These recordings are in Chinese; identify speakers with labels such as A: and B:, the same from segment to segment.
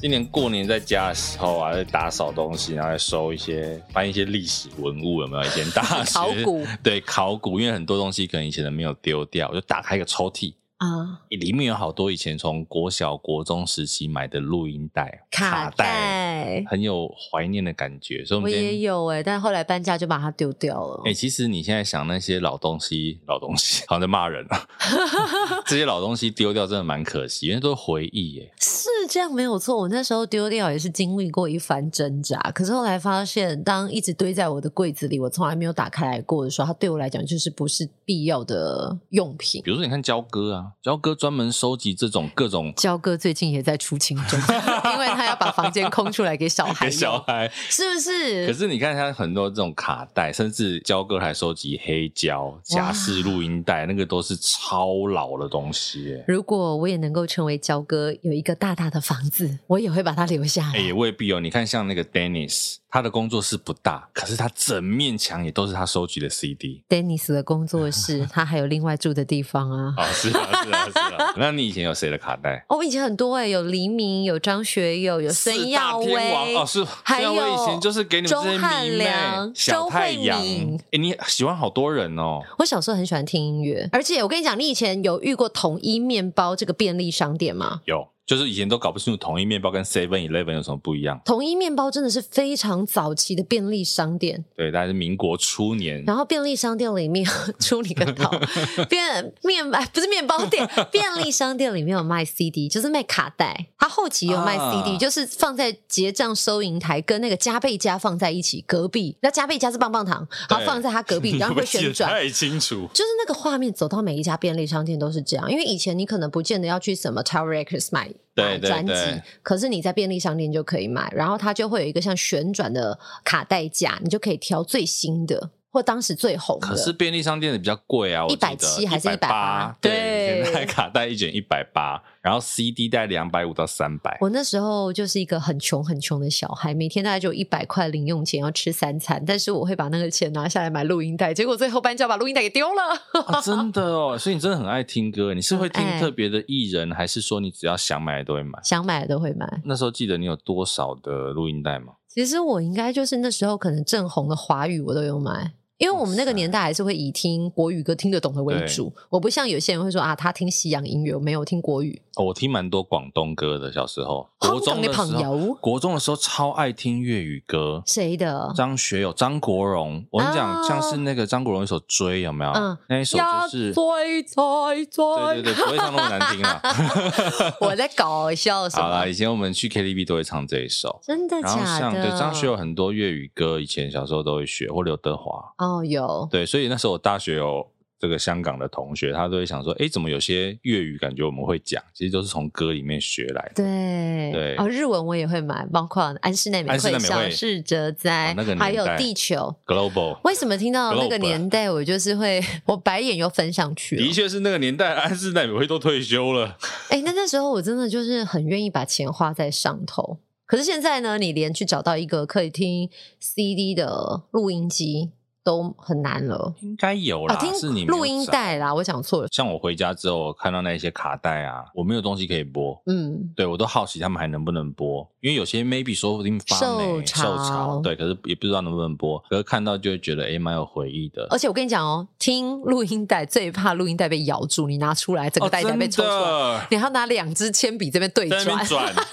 A: 今年过年在家的时候啊，在打扫东西，然后在收一些翻一些历史文物，有没有？以前大学
B: 考古
A: 对考古，因为很多东西可能以前的没有丢掉，我就打开一个抽屉，
B: 啊，
A: 里面有好多以前从国小、国中时期买的录音带、
B: 卡
A: 带，
B: 带
A: 很有怀念的感觉。所以我
B: 我
A: 们今
B: 也
A: 天。
B: 有哎、但后来搬家就把它丢掉了。
A: 哎、其实你现在想那些老东西，老东西 好像在骂人 啊！这些老东西丢掉真的蛮可惜，因为都是回忆耶。
B: 是这样没有错，我那时候丢掉也是经历过一番挣扎，可是后来发现，当一直堆在我的柜子里，我从来没有打开来过的时候，它对我来讲就是不是必要的用品。
A: 比如说，你看焦哥啊，焦哥专门收集这种各种
B: 焦哥最近也在出清中，因为他要把房间空出来给小孩
A: 给
B: 用，
A: 小孩。
B: 是不
A: 可
B: 是？
A: 是你看，他很多这种卡带，甚至焦哥还收集黑胶、夹式录音带，那个都是超老的东西耶。
B: 如果我也能够成为焦哥，有一个大大的房子，我也会把它留下
A: 哎、
B: 来。
A: 也未必哦。你看，像那个 Dennis，他的工作室不大，可是他整面墙也都是他收集的 CD。
B: Dennis 的工作室，他还有另外住的地方啊。
A: 哦，是啊，是啊，是 啊。那你以前有谁的卡带？
B: 哦，以前很多哎、有黎明，有张学友，有
A: 四
B: 孙
A: 大
B: 耀
A: 天王
B: 威
A: 哦，是
B: 还
A: 孙耀威以前
B: 有
A: 就是给你们这些
B: 钟汉
A: 迷妹
B: 良、
A: 小
B: 周
A: 太
B: 慧
A: 阳。
B: 敏
A: 哎、你喜欢好多人哦。
B: 我小时候很喜欢听音乐，而且我跟你讲，你以前有遇过统一面包这个便利商店吗？
A: 有，就是以前都搞不清楚统一面包跟 Seven Eleven 有什么不一样。
B: 统一面包真的是非常早期的便利商店，
A: 对，大概是民国初年。
B: 然后便利商店里面 出你个头，便面哎不是面包店，便利商店里面有卖 CD，就是卖卡带，它后期有卖 CD，、
A: 啊
B: 就是放在结账收银台跟那个加倍加放在一起，隔壁那加倍加是棒棒糖，然后放在它 隔壁，然后会旋转，
A: 太清楚。
B: 就是那个画面，走到每一家便利商店都是这样。因为以前你可能不见得要去什么 Tower Records 买
A: 对
B: 买
A: 对
B: 专辑
A: 对，
B: 可是你在便利商店就可以买，然后它就会有一个像旋转的卡带架，你就可以挑最新的或当时最红的。
A: 可是便利商店的比较贵啊，我记得
B: 170还是
A: 180
B: 180
A: 对，
B: 对
A: 现在卡带一卷一百八，然后 CD 带两百五到三百。
B: 我那时候就是一个很穷很穷的小孩，每天大概就一百块零用钱要吃三餐，但是我会把那个钱拿下来买录音带，结果最后搬家把录音带给丢了。
A: 啊，真的哦，所以你真的很爱听歌，你是会听
B: 很爱
A: 特别的艺人，还是说你只要想买都会买？
B: 想买的都会买。
A: 那时候记得你有多少的录音带吗？
B: 其实我应该就是那时候可能正红的华语我都有买，因为我们那个
A: 哇塞
B: 年代还是会以听国语歌听得懂的为主。我不像有些人会说啊，他听西洋音乐，我没有听国语。
A: 哦，我听蛮多广东歌的，小时候国
B: 香
A: 中的
B: 港哦的
A: 时
B: 朋
A: 候，
B: 友
A: 国中的时候超爱听粤语歌，
B: 谁的？
A: 张学友、张国荣，我跟你讲，
B: 哦
A: 像是那个张国荣一首《追》，有没有？
B: 嗯
A: 那一首就是，
B: 追追
A: 对对
B: 追！
A: 对，不会唱那么难听 啦。
B: 我在搞笑什
A: 好啦，
B: 么？
A: 以前我们去 KTV 都会唱这一首，
B: 真的
A: 然后
B: 假
A: 像
B: 的？
A: 对张学友很多粤语歌，以前小时候都会学，或刘德华。
B: 哦，有
A: 对，所以那时候我大学有这个香港的同学，他都会想说，诶，怎么有些粤语感觉我们会讲，其实都是从歌里面学来的。
B: 对
A: 对
B: 哦，日文我也会买，包括安室奈美
A: 安室奈
B: 惠、
A: 美惠
B: 小室哲
A: 哦
B: 哉
A: 那个，年代
B: 还有地球。
A: Global
B: 为什么听到那
A: Globe 啊
B: 个年代，我就是会 我白眼又翻上去了？
A: 的确是那个年代，安室奈美惠都退休了。
B: 哎、那那时候我真的就是很愿意把钱花在上头。可是现在呢，你连去找到一个可以听 CD 的录音机都很难了。
A: 应该有啦，
B: 啊，
A: 是
B: 听
A: 你没有
B: 录音
A: 找
B: 带啦，我讲错了。
A: 像我回家之后，我看到那些卡带啊，我没有东西可以播，
B: 嗯，
A: 对我都好奇他们还能不能播，因为有些 maybe 说不定发霉
B: 受
A: 受
B: 潮
A: 潮，对，可是也不知道能不能播，可是看到就会觉得诶蛮有回忆的。
B: 而且我跟你讲哦，听录音带最怕录音带被咬住，你拿出来整个
A: 哦
B: 袋子还被抽出来，
A: 真的
B: 你还要拿两支铅笔这边对
A: 在那边
B: 转。
A: 转，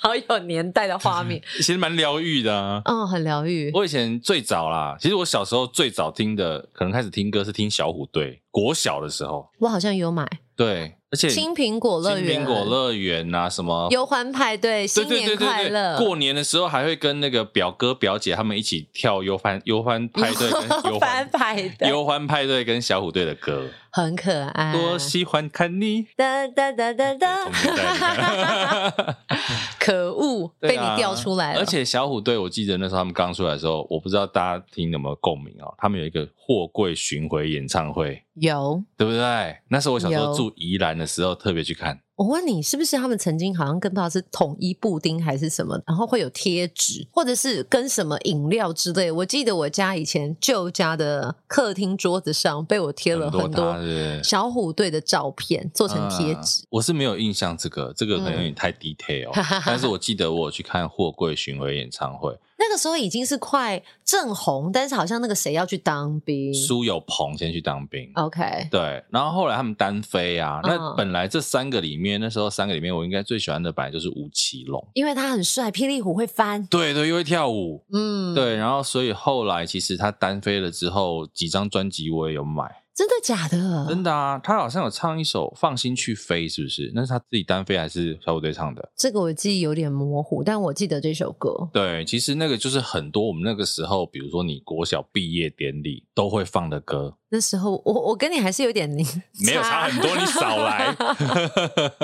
B: 好有年代的画 面，
A: 其实蛮疗愈的啊。
B: 嗯，很疗愈。
A: 我以前最早啦，其实我小时候最早听的，可能开始听歌是听小虎队，国小的时候，
B: 我好像有买
A: 对，而且
B: 《青苹果乐园
A: 青》，苹果乐园啊什么。
B: 游环派对，
A: 对
B: 新
A: 对对
B: 年快
A: 对
B: 乐，
A: 对，过年的时候还会跟那个表哥表姐他们一起跳游欢游欢派 对跟游
B: 翻
A: 欢
B: 派对，嗯
A: 游欢派对跟小虎队的歌，
B: 很可爱。
A: 多喜欢看你。
B: 哒哒哒哒
A: 从古代你
B: 哒，
A: 看
B: 可恶，
A: 对
B: 被
A: 啊
B: 你调出来了。
A: 而且小虎队，我记得那时候他们刚出来的时候，我不知道大家听有没有共鸣哦。他们有一个货柜巡回演唱会，
B: 有，
A: 对不对？那时候我小时
B: 有
A: 候住宜兰的时候，特别去看。
B: 我问你，是不是他们曾经好像跟不知道是统一布丁还是什么，然后会有贴纸，或者是跟什么饮料之类。我记得我家以前旧家的客厅桌子上被我贴了很
A: 很多
B: 多
A: 他是
B: 小虎队的照片，做成贴纸。嗯
A: 嗯我是没有印象这个，这个可能有点太 detail，、但是我记得我有去看货柜巡回演唱会，
B: 那个时候已经是快正红，但是好像那个谁要去当兵
A: 苏有朋先去当兵。
B: ，OK，
A: 对，然后后来他们单飞啊。那
B: 哦嗯
A: 本来这三个里面，那时候三个里面，我应该最喜欢的本来就是吴奇隆。
B: 因为他很帅，霹雳虎会翻，
A: 对对，又会跳舞。
B: 嗯，，
A: 对，然后所以后来其实他单飞了之后，几张专辑我也有买，
B: 真的假的？
A: 真的啊，他好像有唱一首《放心去飞》，是不是？那是他自己单飞还是小虎队唱的？
B: 这个我记忆有点模糊，但我记得这首歌。
A: 对，其实那个就是很多我们那个时候，比如说你国小毕业典礼都会放的歌，
B: 那时候我我跟你还是有点
A: 没有差很多，你少来。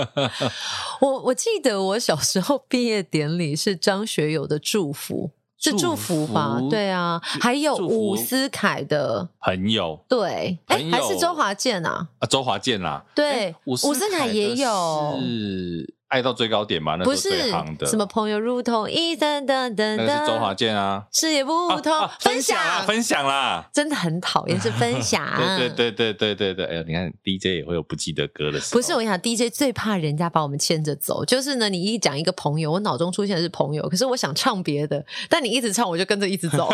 B: 我我记得我小时候毕业典礼是张学友的祝福，是祝福吧？
A: 祝福
B: 对啊，还有
A: 祝福
B: 伍思凯的，
A: 朋友
B: 对，哎
A: 朋，友
B: 还是周华健啊？
A: 啊，周华健啦，
B: 对，
A: 伍
B: 伍思凯
A: 的
B: 也有。
A: 是爱到最高点嘛？那时
B: 不
A: 候
B: 是
A: 最夯的
B: 什么朋友如同一等等等
A: 那
B: 等，
A: 个是周华健啊，
B: 视野不
A: 啊
B: 同、
A: 啊分享啦，分享啦。
B: 真的很 讨厌是分享，
A: 对对对对对对对，哎呀，你看 DJ 也会有不记得歌的时候。
B: 不是，我想 DJ 最怕人家把我们牵着走，就是呢，你一讲一个朋友，我脑中出现的是朋友，可是我想唱别的，但你一直唱，我就跟着一直 走。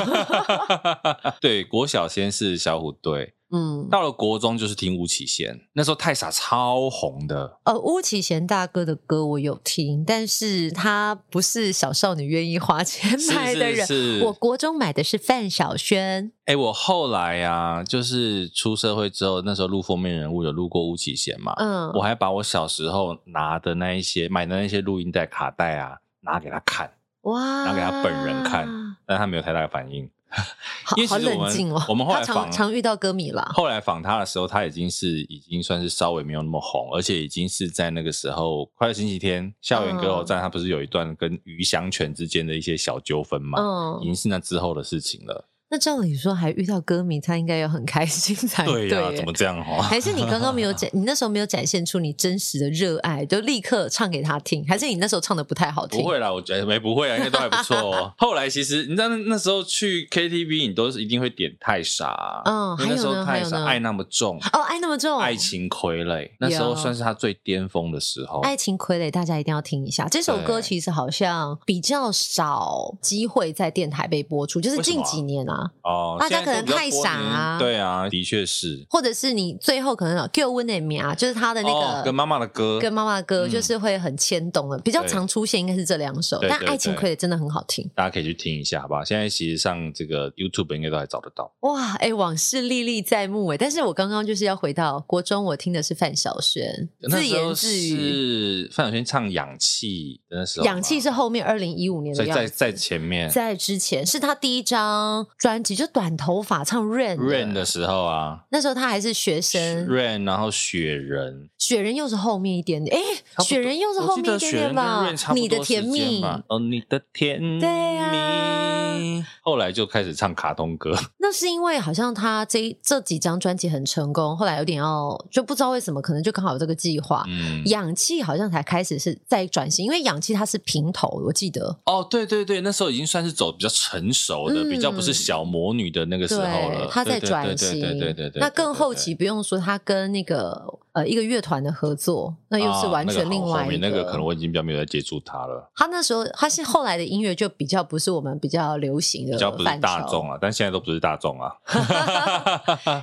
A: 对，国小先是小虎队，
B: 嗯，
A: 到了国中就是听吴启贤，那时候太傻超红的。
B: 呃，巫启贤大哥的歌我有听，但是他不是小少女愿意花钱
A: 是
B: 买的
A: 是
B: 人。
A: 是，
B: 我国中买的是范晓萱，
A: 哎、我后来啊，就是出社会之后，那时候录封面人物有录过吴启贤嘛，
B: 嗯，
A: 我还把我小时候拿的那一些买的那些录音带卡带啊，拿给他看，
B: 哇，
A: 拿给他本人看但他没有太大的反应。
B: 好
A: 因为其
B: 好
A: 实我
B: 冷
A: 们
B: 静哦。
A: 我们后来
B: 他常
A: 访
B: 常遇到歌迷啦，
A: 后来访他的时候，他已经是已经算是稍微没有那么红，而且已经是在那个时候《快乐星期天》校园
B: 嗯
A: 歌喉战，他不是有一段跟余祥全之间的一些小纠纷嘛？已
B: 嗯，
A: 经是那之后的事情了。
B: 那照理说还遇到歌迷，他应该要很开心才
A: 对呀、
B: 耶
A: 怎么这样哦？
B: 还是你刚刚没 有展，你那时候没有展现出你真实的热爱，就立刻唱给他听，还是你那时候唱的不太好听？
A: 不会啦，我觉得没不会啊，应该都还不错 哦。后来其实你知道那那时候去 KTV，你都是一定会点太傻啊，
B: 嗯
A: 因为那时
B: 还有
A: 候
B: 呢还
A: 太
B: 有
A: 傻
B: 呢
A: 爱那么重，
B: 哦，爱那么重，
A: 爱情傀儡，那时候
B: 有
A: 算是他最巅峰的时候。
B: 爱情傀儡，大家一定要听一下。这首歌
A: 对
B: 其实好像比较少机会在电台被播出，就是
A: 为什么
B: 近
A: 啊
B: 几年啊，
A: 哦，
B: 大家
A: 现在都
B: 可能太
A: 比较多
B: 傻
A: 年
B: 啊
A: 对啊，的确是。
B: 或者是你最后可能有 Q 温的名啊，就是他的那
A: 哦、
B: 个
A: 跟妈妈的歌，
B: 跟妈妈歌，
A: 嗯
B: 就是会很牵动的，比较
A: 对
B: 常出现应该是这两首。
A: 对
B: 但
A: 对
B: 爱情傀
A: 对
B: 儡真的很好听
A: 大家可以去听一下，好不好？现在其实上这个 YouTube 应该都还找得到。
B: 哇！哎，往事历历在目哎，但是我刚刚就是要回到国中，我听的是范晓萱
A: 那
B: 自
A: 时
B: 言
A: 候
B: 自语，
A: 是范晓萱唱《氧气》的那时候嘛，
B: 氧气是后面二零一五年
A: 所
B: 的
A: 以
B: 样
A: 在
B: 子。
A: 在前面
B: 在之前是他第一张专辑，就短头发唱 Rain 的
A: Rain 的时候啊
B: 那时候他还是学生，
A: ，Rain，然后雪人，
B: 雪人又是后面一点点，
A: 差
B: 哎，
A: 不多
B: 雪人又是
A: 我
B: 后
A: 记
B: 面
A: 得
B: 一点
A: 雪人
B: 点
A: 跟
B: 吧
A: Rain 差，不
B: 你的
A: 多
B: 甜
A: 时
B: 蜜
A: 间。吧，哦，你的甜蜜，
B: 对啊
A: 后来就开始唱卡通歌，
B: 那是因为好像他这一这几张专辑很成功，后来有点要就不知道为什么，可能就刚好有这个计划。
A: 嗯，
B: 氧气好像才开始是在转型，因为氧气它是平头，我记得
A: 哦，对对对，那时候已经算是走比较成熟的，
B: 嗯
A: 比较不是小魔女的那个时候了
B: 对，，它在
A: 对对
B: 转
A: 对对
B: 型。
A: 对对对对对，
B: 那更后
A: 对
B: 期不用说，他跟那个呃一个乐团的合作，那又是完全另外
A: 啊那个好后
B: 一
A: 面那个可能我已经比较没有在接触它了，
B: 他那时候他是后来的音乐就比较不是我们比较流行的
A: 比较不是
B: 范
A: 大
B: 畴
A: 众啊，但现在都不是大众啊。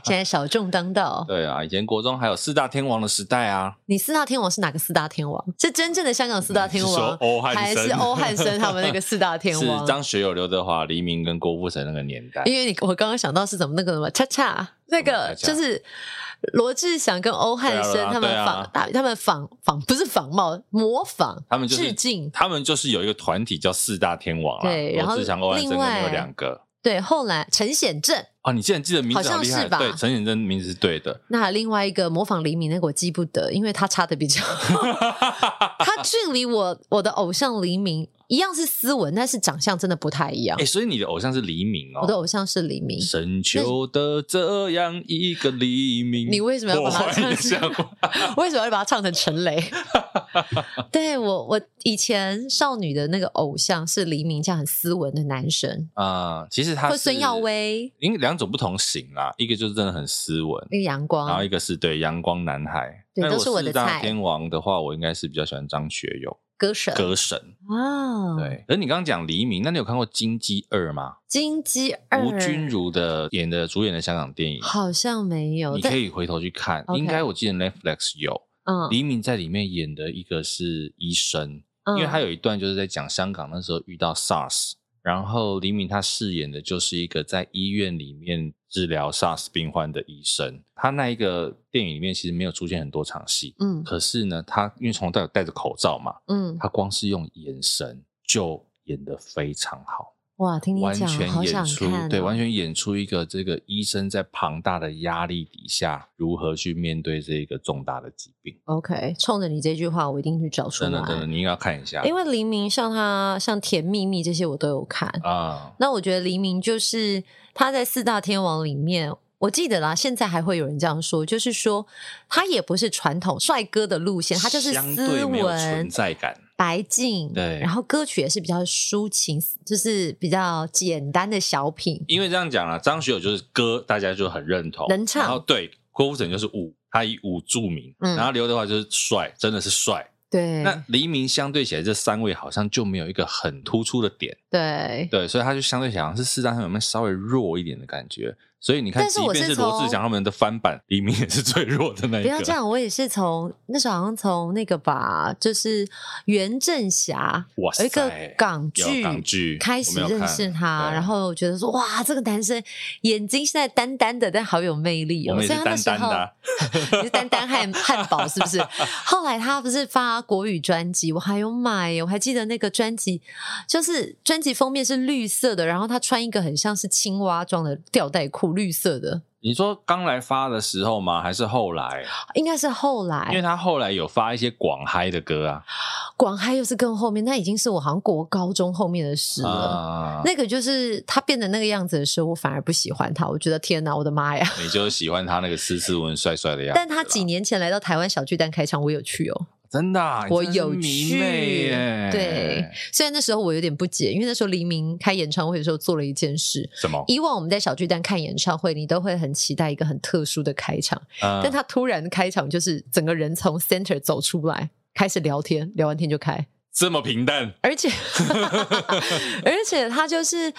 B: 现在小众当 道。
A: 对啊，以前国中还有四大天王的时代啊，
B: 你四大天王是哪个四大天王？是真正的香港四大天
A: 是说
B: 王，
A: 欧汉生
B: 还是欧汉生他们那个四大 天
A: 是
B: 王？
A: 张学友、刘德华、黎明跟郭富城那个年代。
B: 因为你我刚刚想到是怎么那个什么恰恰，那
A: 什
B: 个
A: 么恰恰
B: 就是罗志祥跟欧汉
A: 对啊对
B: 生
A: 啊
B: 他们
A: 对啊
B: 仿、大他们仿仿不是仿冒模仿，
A: 他们就是
B: 致敬。
A: 他们就是有一个团体叫四大天王啦，
B: 对然后
A: 罗志祥、欧阳
B: 另
A: 森
B: 外
A: 跟有两个
B: 对，后来陈显正，
A: 啊，你竟然记得名字
B: 好像
A: 厉害
B: 是，吧
A: 对，陈显真名字是对的，
B: 那另外一个模仿黎明那个我记不得，因为他差的比较， 他距离我我的偶像黎明一样是斯文，但是长相真的不太一样
A: 哎、。所以你的偶像是黎明哦，
B: 我的偶像是黎明，
A: 深秋的这样一个黎明，
B: 你为什么要把它
A: 破坏你的生活
B: 为什么要把它唱成 陈雷？对我，我以前少女的那个偶像是黎明，这样很斯文的男生，
A: 啊、其实他
B: 或
A: 是
B: 孙耀，威、
A: 因为两种不同型啦，一个就是真的很斯文，
B: 那个阳
A: 然后
B: 光
A: 一个是对阳光男孩。
B: 对
A: 那如
B: 都是
A: 果
B: 我的
A: 四大
B: 菜
A: 天王的话，我应该是比较喜欢张学友、
B: 歌神
A: 歌神。
B: 啊，
A: 对，可是你刚刚讲黎明，那你有看过《金鸡二》吗？
B: 金鸡二
A: 吴君如的演的主演的香港电影，
B: 好像没有，
A: 你
B: 但
A: 可以回头去看，
B: OK
A: 应该我记得 Netflix 有。
B: 嗯，
A: 黎明在里面演的一个是医生，因为他
B: 有
A: 有一段就是在讲香港那时候遇到 SARS，然后黎明他饰演的就是一个在医院里面治疗 SARS 病患的医生。他那一个电影里面其实没有出现很多场戏，
B: 嗯
A: 可是呢，他因为从头到尾戴着口罩嘛，
B: 嗯，
A: 他光是用眼神就演得非常好。
B: 哇，听你
A: 完
B: 讲，
A: 全
B: 好
A: 演
B: 想
A: 出，
B: 看哦，
A: 对，完全演出一个这个医生在庞大的压力底下如何去面对这个重大的疾病。
B: OK，冲着你这句话，我一定去找出
A: 真的，真的，
B: 来。哎
A: 你应该要看一下。
B: 因为黎明像他像《甜蜜蜜》这些我都有看，
A: 啊，
B: 那我觉得黎明就是他在四大天王里面，我记得啦，现在还会有人这样说，就是说他也不是传统帅哥的路线，他就是
A: 相
B: 斯
A: 对没有存
B: 文、
A: 在感。
B: 白净，
A: 对
B: 然后歌曲也是比较抒情，就是比较简单的小品。
A: 因为这样讲啊，张学友就是歌，大家就很认同，
B: 能唱
A: 然后对，郭富城就是舞，他以舞著名。
B: 嗯
A: 然后刘德华就是帅，真的是帅。
B: 对
A: 那黎明相对起来，这三位好像就没有一个很突出的点。
B: 对，
A: 对，所以他就相对起来好像是四大天王里面稍微弱一点的感觉。所以你看，
B: 但是
A: 即
B: 我
A: 便
B: 是
A: 是罗志
B: 从
A: 祥他们的翻版，黎明也是最弱的那一
B: 不
A: 个。
B: 要这样，我也是从那时候好像从那个吧，就是袁振霞
A: 哇塞
B: 有一个港剧
A: 有港剧
B: 开始认识他，然。后觉得说哇，这个男生眼睛现在单单的，但好有魅力
A: 我
B: 哦。
A: 没有看对我们也
B: 所以
A: 是单单
B: 他那时候
A: 的啊、
B: 你是单单汉汉堡是不 是？后来他不是发国语专辑，我还有买耶，我还记得那个专辑，就是专辑封面是绿色的，然后他穿一个很像是青蛙装的吊带裤，绿色的，
A: 你说刚来发的时候吗？还是后来？
B: 应该是后来，
A: 因为他后来有发一些广嗨的歌啊，
B: 广嗨又是更后面，那已经是我好像国高中后面的事了。
A: 啊，
B: 那个就是他变得那个样子的时候，我反而不喜欢他。我觉得天哪，我的妈呀！
A: 你就喜欢他那个斯斯文帅帅的样子啦。
B: 但他几年前来到台湾小巨蛋开场，我有去哦，
A: 真的啊、
B: 我
A: 你真的是
B: 有
A: 迷
B: 去
A: 妹耶。
B: 对，虽然那时候我有点不解，因为那时候黎明开演唱会的时候做了一件事。
A: 什么？
B: 以往我们在小巨蛋看演唱会，你都会很期待一个很特殊的开场，
A: 嗯
B: 但他突然开场就是整个人从 center 走出来，开始聊天，聊完天就开。
A: 这么平淡，
B: 而且， 而且他就是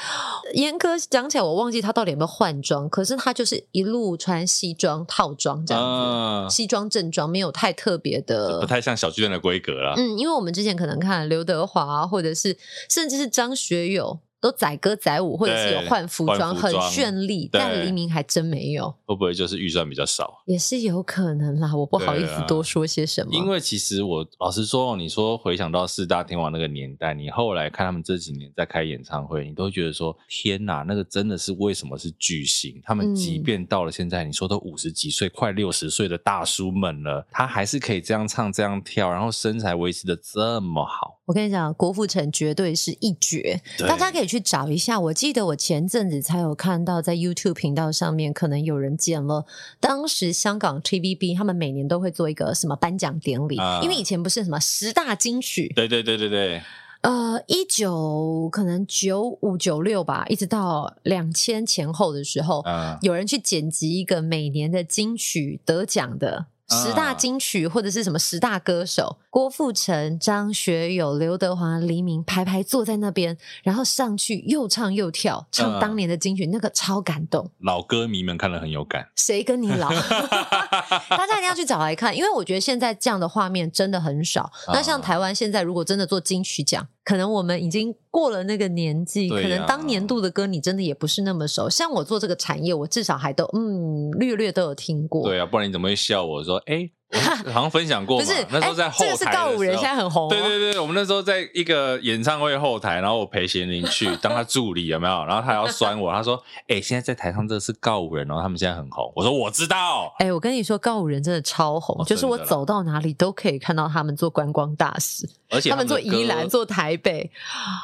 B: 严格讲起来，我忘记他到底有没有换装，可是他就是一路穿西装套装这样子，
A: 嗯
B: 西装正装没有太特别的，
A: 不太像小巨蛋的规格啦。
B: 嗯，因为我们之前可能看刘德华啊，或者是甚至是张学友，都载歌载舞，或者是有换服
A: 换
B: 装，
A: 服
B: 很
A: 装
B: 绚丽。
A: 对
B: 但黎明还真没有，
A: 会不会就是预算比较少？
B: 也是有可能啦。我不好意
A: 对
B: 思
A: 啊
B: 多说些什么，
A: 因为其实我老实说哦，你说回想到四大天王那个年代，你后来看他们这几年在开演唱会，你都觉得说天哪，那个真的是为什么是巨星？他们
B: 嗯
A: 即便到了现在，你说都五十几岁、快六十岁的大叔们了，他还是可以这样唱、这样跳，然后身材维持的这么好。
B: 我跟你讲，郭富城绝对是一绝，
A: 对
B: 大家可以去找一下。我记得我前阵子才有看到，在 YouTube 频道上面，可能有人剪了当时香港 TVB 他们每年都会做一个什么颁奖典礼，
A: 啊
B: 因为以前不是什么十大金曲，
A: 对对对对对，
B: 呃，一九可能九五九六吧，一直到两千前后的时候，
A: 嗯、
B: 有人去剪辑一个每年的金曲得奖的十大金曲或者是什么十大歌手，郭富城、张学友、刘德华、黎明排排坐在那边，然后上去又唱又跳，唱当年的金曲，那个超感动。
A: 老歌迷们看了很有感。
B: 谁跟你 老？大家一定要去找来看，因为我觉得现在这样的画面真的很少。
A: 啊
B: 那像台湾现在如果真的做金曲奖，可能我们已经过了那个年纪，
A: 对呀
B: 可能当年度的歌你真的也不是那么熟。像我做这个产业，我至少还都嗯略略都有听过。
A: 对啊，不然你怎么会笑我说？哎、我好像分享过
B: 不
A: 嘛
B: 是，
A: 那时
B: 哎
A: 候在后台的
B: 这个是
A: 时
B: 告
A: 候
B: 五人，现在很红、哦。
A: 对对对，我们那时候在一个演唱会后台，然后我陪贤玲去 当他助理，有没有？然后他还要酸我，他说：“哎、现在在台上这是告五人哦，他们现在很红。”我说：“我知道。
B: 哎、我跟你说，告五人真的超红，
A: 哦
B: 就是我
A: 真的啦
B: 走到哪里都可以看到他们做观光大使，”
A: 而且
B: 他们做
A: 的歌
B: 宜兰、做台北，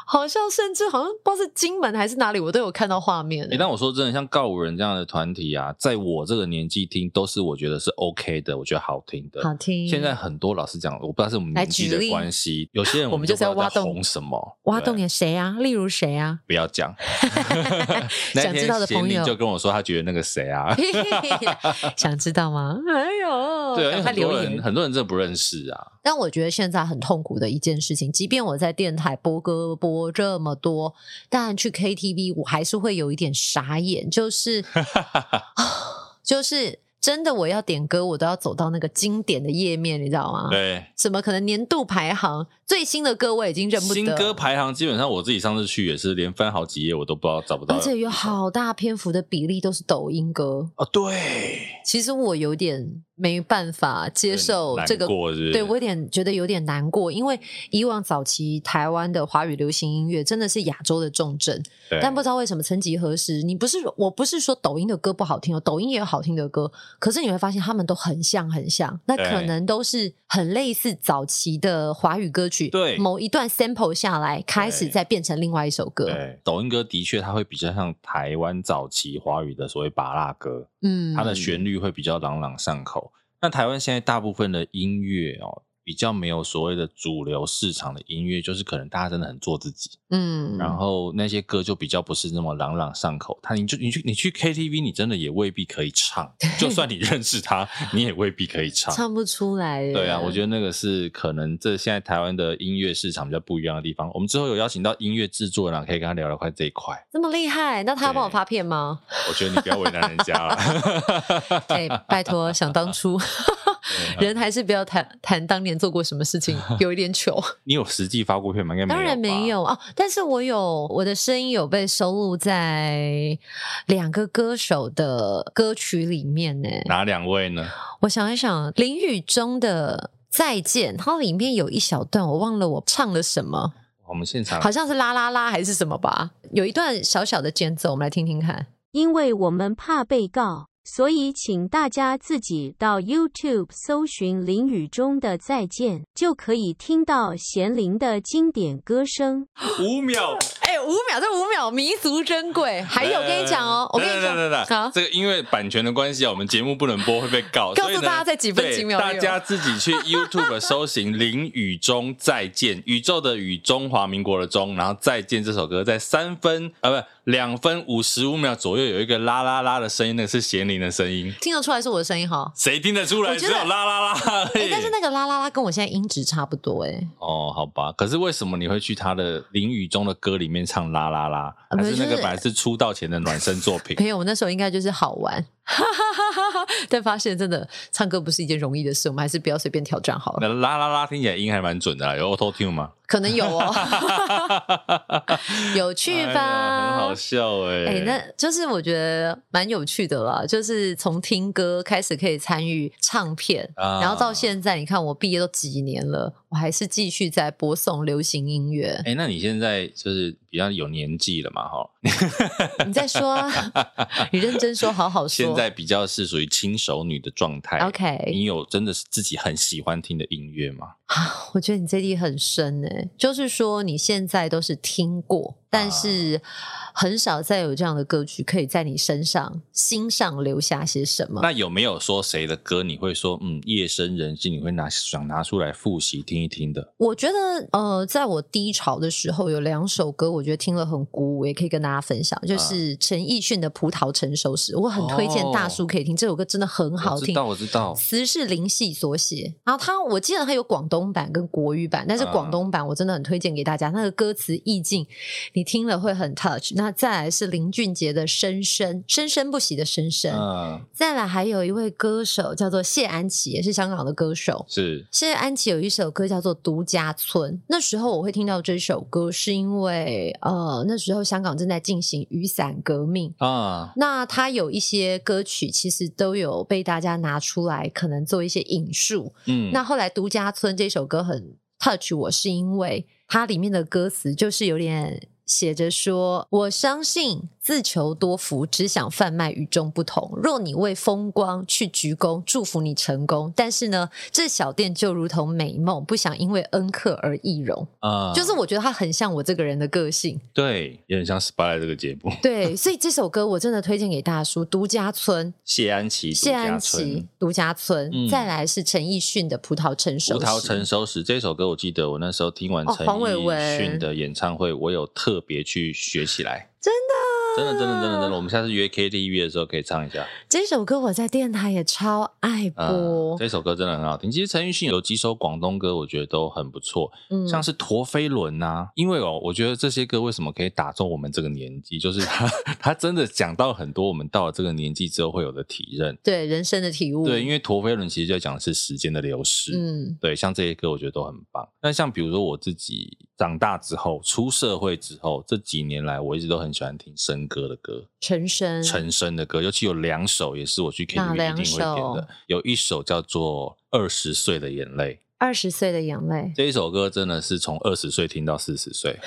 B: 好像甚至好像不知道是金门还是哪里，我都有看到画面、
A: 哎、但我说真的，像告五人这样的团体啊，在我这个年纪听都是我觉得是 OK 的，我觉得好听的。
B: 好听。
A: 现在很多老师讲，我不知道是我们
B: 来
A: 年纪
B: 举
A: 的
B: 例
A: 关系，有些人
B: 我们就是
A: 不知道
B: 要挖
A: 在
B: 洞
A: 红什么，
B: 挖
A: 对
B: 洞给谁啊？例如谁啊？
A: 不要讲。那
B: 想知
A: 天
B: 道的
A: 贤
B: 朋
A: 玲
B: 友
A: 就跟我说，他觉得那个谁 啊，
B: 想知道吗？哎呦，
A: 对啊，因为
B: 赶快
A: 很
B: 留
A: 多人
B: 言。
A: 很多人真的不认识啊。
B: 但我觉得现在很痛苦的一件事情，即便我在电台播歌播这么多，但去 KTV 我还是会有一点傻 眼，就是就是真的我要点歌，我都要走到那个经典的页面，你知道吗？
A: 对，
B: 什么可能年度排行最新的歌我已经认不得，
A: 新歌排行基本上我自己上次去也是连翻好几页我都不知道找不到。
B: 而且有好大篇幅的比例都是抖音歌。
A: 哦，对，
B: 其实我有点没办法接受这个
A: 难过是不是
B: 对我有点觉得有点难过，因为以往早期台湾的华语流行音乐真的是亚洲的重镇，
A: 对
B: 但不知道为什么，曾几何时，你不是我不是说抖音的歌不好听哦，抖音也有好听的歌，可是你会发现他们都很像很像，那
A: 对
B: 可能都是很类似早期的华语歌曲，
A: 对
B: 某一段 sample 下来，开始
A: 对
B: 再变成另外一首歌，
A: 对，抖音歌的确它会比较像台湾早期华语的所谓拔辣歌，
B: 嗯，
A: 它的旋律会比较朗朗上口。那台湾现在大部分的音乐哦，比较没有所谓的主流市场的音乐，就是可能大家真的很做自己，
B: 嗯，
A: 然后那些歌就比较不是那么朗朗上口。他你就你去你去 KTV，你真的也未必可以唱，就算你认识他，你也未必可以唱。
B: 唱不出来，
A: 对啊，我觉
B: 得。
A: 得那个是可能这现在台湾的音乐市场比较不一样的地方。我们之后有邀请到音乐制作人啊，可以跟他聊聊快这一块。
B: 这么厉害，那他要帮我
A: 对
B: 发片吗？
A: 我觉得你不要为难人家啊了。
B: 哎、拜托，想 当初，
A: 啊
B: 人还是不要谈谈当年做过什么 事情，有一点糗。
A: 你有实际发过片吗？应该没有。
B: 当然没。有啊，但是我有我的声音有被收录在两个歌手的歌曲里面呢。
A: 哪两位呢？
B: 我想一想，林宇中的。再见，它里面有一小段，我忘了我唱了什么，
A: 我们现场
B: 好像是啦啦啦还是什么吧，有一段小小的间奏，我们来听听看。
C: 因为我们怕被告，所以请大家自己到 YouTube 搜寻林雨中的再见，就可以听到贤玲的经典歌声。
A: 五秒。
B: 哎、五秒，这五秒弥足珍贵。还有，跟你讲哦，我跟你
A: 等等等
B: 讲，
A: 等
B: 好
A: 等，，这个因为版权的关系啊，我们节目不能播，会被告。
B: 告诉
A: 所以呢
B: 大家在几分
A: 对
B: 几秒内哦
A: 大
B: 有
A: 家自己去 YouTube 搜寻“林宇中再见”，宇宙的宇，中华民国的中，然后再见这首歌，在三分啊不两分五十五秒左右有一个啦啦啦的声音，那个是贤玲的声音，
B: 听得出来是我的声音哈。
A: 谁听得出来？
B: 我觉
A: 只
B: 得
A: 有啦啦啦而
B: 哎、
A: 已。
B: 但是那个啦啦啦跟我现在音质差不多哎、
A: 哦，好吧，可是为什么你会去他的林宇中的歌里面唱啦啦啦？
B: 啊
A: 还
B: 没有
A: 是那
B: 就
A: 个
B: 是
A: 本来是出道前的暖身作品？
B: 没有，我那时候应该就是好玩， 但发现真的唱歌不是一件容易的事，我们还是不要随便挑战好了。
A: 那啦啦啦听起来音还蛮准的啦，有 auto tune 吗？
B: 可能有 哦，有趣
A: 哎呀很
B: 吧？
A: 好笑哎、
B: 哎、那就是我觉得蛮有趣的啦，就是从听歌开始可以参与唱片，
A: 啊
B: 然后到现在，你看我毕业都几年了，我还是继续在播送流行音乐。
A: 哎、那你现在就是比较有年纪了嘛，哈，
B: 你再 说啊，你认真说，好好说。
A: 现在比较是属于轻熟女的状态。
B: OK，
A: 你有真的是自己很喜欢听的音乐吗？
B: 啊欸我觉得你这题很深诶、就是说你现在都是听过，但是
A: 啊
B: 很少再有这样的歌曲可以在你身上、心上留下些什么。
A: 那有没有说谁的歌你会说，嗯，夜深人静你会拿想拿出来复习听一听的？
B: 我觉得，呃，在我低潮的时候，有两首歌，我觉得听了很鼓舞，也可以跟大家分享，
A: 啊
B: 就是陈奕迅的《葡萄成熟时》，我很推荐大叔可以听、这首歌，真的很好
A: 哦我知。
B: 听
A: 道，我知道。
B: 词是林夕所写，然后他我记得他有广东版跟国语版，但是广东版我真的很推荐给大家，那个歌词意境你听了会很 touch。那再来是林俊杰的《生生》，生生不息的生生。
A: 嗯，
B: 再来还有一位歌手叫做谢安琪，也是香港的歌手。
A: 是
B: 谢安琪有一首歌叫做《独家村》，那时候我会听到这首歌，是因为呃那时候香港正在进行雨伞革命，
A: 啊，
B: 那他有一些歌曲，其实都有被大家拿出来，可能做一些引述。
A: 嗯，
B: 那后来《独家村》这首歌很 touch 我，是因为它里面的歌词就是有点写着说：“我相信自求多福，只想贩卖与众不同。若你为风光去鞠躬，祝福你成功。但是呢，这小店就如同美梦，不想因为恩客而易容。
A: 啊，
B: 就是我觉得它很像我这个人的个性。
A: 对，也很像《Spy》这个节目。
B: 对，所以这首歌我真的推荐给大叔，《独家村》。
A: 谢安琪、
B: 谢安
A: 杜家
B: 琪
A: 村、
B: 独家村，
A: 嗯
B: 再来是陈奕迅的《葡萄成熟
A: 葡
B: 时》。
A: 萄成熟时这首歌，我记得我那时候听完
B: 哦
A: 陈
B: 黄伟
A: 奕
B: 文
A: 迅的演唱会，我有特别去学起来。真的，真的，真的，真的，我们下次约 KTV 的时候可以唱一下。
B: 这首歌我在电台也超爱
A: 嗯
B: 播，，
A: 这首歌真的很好听。其实陈奕迅有几首广东歌，我觉得都很不错，
B: 嗯
A: 像是《陀飞轮》呐。因为哦，我觉得这些歌为什么可以打中我们这个年纪，就是他他真的讲到很多我们到了这个年纪之后会有的体认。
B: 对人生的体悟。
A: 对，因
B: 为
A: 为《陀飞轮》其实就在讲的是时间的流逝。
B: 嗯
A: 对，像这些歌我觉得都很棒。那像比如说我自己长大之后，出社会之后，这几年来我一直都很喜欢听生歌的歌，
B: 陈升，
A: 陈升的歌，尤其有两首也是我去 KTV
B: 嗯哪
A: 一定会点
B: 两首
A: 的，有一首叫做《二十岁的眼泪》。
B: 二十岁的眼泪。
A: 这一首歌真的是从二十岁听到四十岁，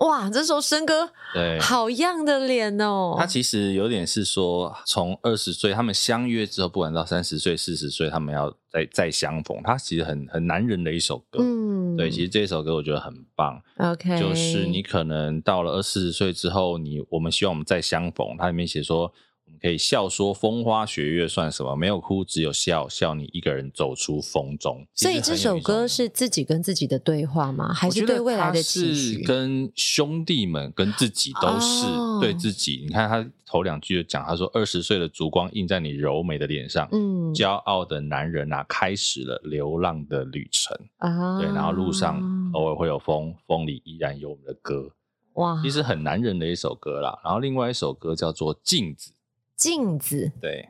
B: 哇，这首升哥
A: 啊对，
B: 好样的脸哦！
A: 他其实有点是说，从二十岁他们相约之后，不管到三十岁、四十岁，他们要再再相逢。他其实很很男人的一首歌，
B: 嗯
A: 对，其实这首歌我觉得很棒。
B: OK，
A: 就是你可能到了二四十岁之后，你我们希望我们再相逢。它里面写说，我们可以笑说风花雪月算什么？没有哭，只有笑，笑你一个人走出风中。
B: 所以
A: 其
B: 这
A: 实很有
B: 首
A: 一种
B: 歌是自己跟自己的对话吗？还
A: 我觉
B: 是
A: 得
B: 对未来
A: 他
B: 的期
A: 是
B: 许？
A: 跟兄弟们、跟自己都是、
B: 哦
A: 对自己。你看他头两句就讲，他说二十岁的烛光映在你柔美的脸上。
B: 嗯
A: 骄傲的男人啊，开始了流浪的旅程。
B: 啊
A: 对，然后路上哦偶尔会有风，风里依然有我们的歌。
B: 哇，
A: 其实很男人的一首歌啦。然后另外一首歌叫做《镜子》，
B: 镜子
A: 对，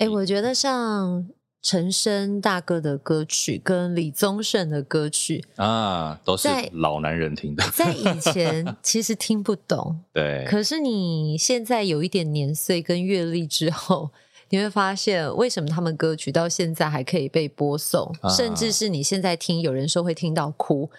B: 哎、我觉得像陈升大哥的歌曲跟李宗盛的歌曲，
A: 啊，都是
B: 在
A: 老男人听的，
B: 在以 前其实听不懂，
A: 对，
B: 可是你现在有一点年岁跟阅历之后。你会发现，为什么他们歌曲到现在还可以被播送，
A: 啊
B: 甚至是你现在听，有人说会听到哭。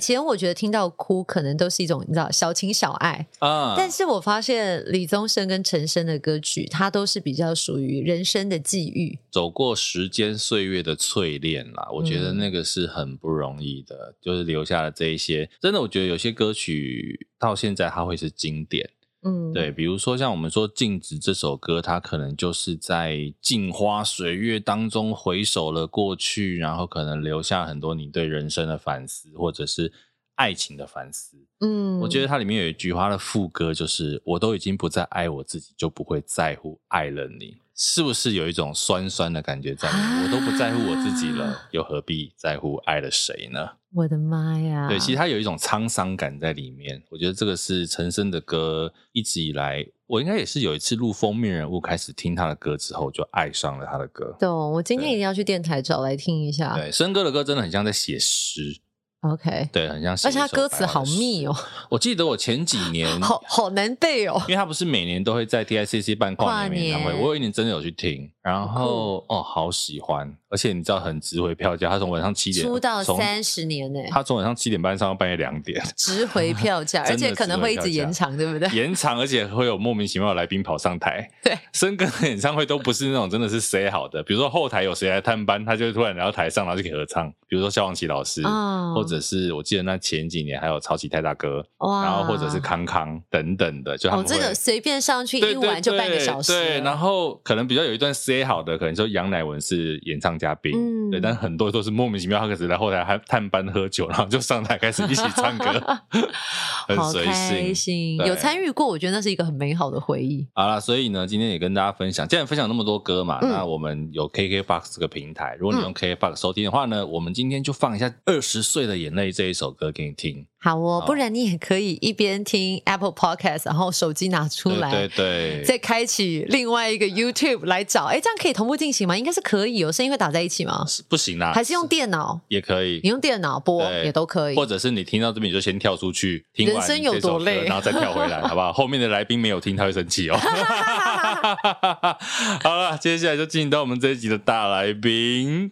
A: 对
B: 前我觉得听到哭可能都是一种你知道小情小爱，
A: 啊，
B: 但是我发现李宗盛跟陈升的歌曲，它都是比较属于人生的际遇。
A: 走过时间岁月的淬炼啦，我觉得
B: 嗯
A: 那个是很不容易的，就是留下了这一些。真的，我觉得有些歌曲到现在它会是经典，
B: 嗯，
A: 对，比如说像我们说《镜子》这首歌，它可能就是在镜花水月当中回首了过去，然后可能留下很多你对人生的反思，或者是爱情的反思。
B: 嗯，
A: 我觉得它里面有一句话它的副歌就是“我都已经不再爱我自己，就不会在乎爱了你”，是不是有一种酸酸的感觉在里面？我都不在乎我自己了
B: 啊，
A: 又何必在乎爱了谁呢？
B: 我的妈呀！
A: 对，其实它有一种沧桑感在里面。我觉得这个是陈升的歌一直以来，我应该也是有一次录封面人物开始听他的歌之后，就爱上了他的歌。
B: 懂。我今天
A: 对
B: 一定要去电台找来听一下。
A: 对，升哥的歌真的很像在写诗，
B: OK，
A: 对，很像写
B: 而
A: 一
B: 且
A: 首白话的
B: 他
A: 诗。
B: 歌词好密哦，，
A: 我记得我前几年
B: 好好难背哦
A: 因。为他不是每年都会在 TICC 办跨年演唱
B: 跨
A: 会，
B: 年
A: 我有一年真的有去听，然后哦，好喜欢，而且你知道很值回票价，他从晚上七点
B: 出道
A: 从
B: 三十年呢，
A: 他从晚上七点半上到半夜两点，
B: 值 回票价，
A: 真的
B: 而且可能会一直延长，对不对？
A: 延长，而且会有莫名其妙的来宾跑上台。
B: 对，
A: 森哥的演唱会都不是那种真的是 say 好的，比如说后台有谁来探班，他就突然来到台上，然后就可以合唱，比如说萧煌奇老师，
B: 啊
A: 或者者是我记得那前几年还有超级太大哥，
B: 哦哇
A: 然后或者是康康等等的，就他
B: 哦
A: 们，会
B: 这个随便上去
A: 对
B: 一
A: 对
B: 玩就半个小时了，
A: 对，对然后可能比较有一段 C 好的，可能说杨乃文是演唱嘉宾，
B: 嗯，
A: 对，但很多都是莫名其妙，他可能在后台还探班喝酒，然后就上台开始一起唱歌 很
B: 好
A: 随
B: 开
A: 性。
B: 心，
A: 对
B: 有参与过，我觉得那是一个很美好的回忆。
A: 好啦，所以呢，今天也跟大家分享，既然分享那么多歌嘛，
B: 嗯
A: 那我们有 KKBOX 这个平台，如果你用 KKBOX 收听的话呢，我们今天就放一下《二十岁的眼泪》这一首歌给你听。
B: 好哦，
A: 好
B: 不然你也可以一边听 Apple Podcast，然后手机拿出
A: 对
B: 来，
A: 对对，
B: 再开启另外一个 YouTube 来找。哎，这样可以同步进行吗？应该是可以哦，声音会打在一起吗？
A: 是不行啦，
B: 还是用电脑？
A: 也可以
B: 你，用电脑播
A: 对
B: 也都可以
A: 或。者是你听到这边你就先跳出去，听完
B: 人生有
A: 这首
B: 多
A: 歌
B: 累
A: 然后再跳回 来，好不好？后面的来宾没有听，他会生气哦。好了，接下来就进行到我们这一集的大来宾。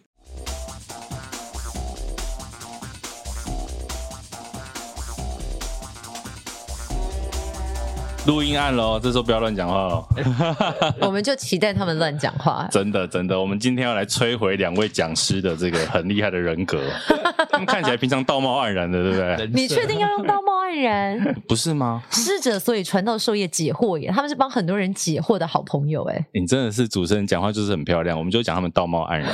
A: 录音按喽，这时候不要乱讲话哦。
B: 我们就期待他们乱讲 话。
A: 真的真的，我们今天要来摧毁两位讲师的这个很厉害的人格。 他们看起来平常道貌岸然的，对不 对？
B: 你确定要用道貌岸 然？
A: 不是吗？
B: 师者，所以传道授业解惑也。他们是帮很多人解惑的好朋友。哎，
A: 你真的是主持人讲话就是很漂亮，我们就讲他们道貌岸然。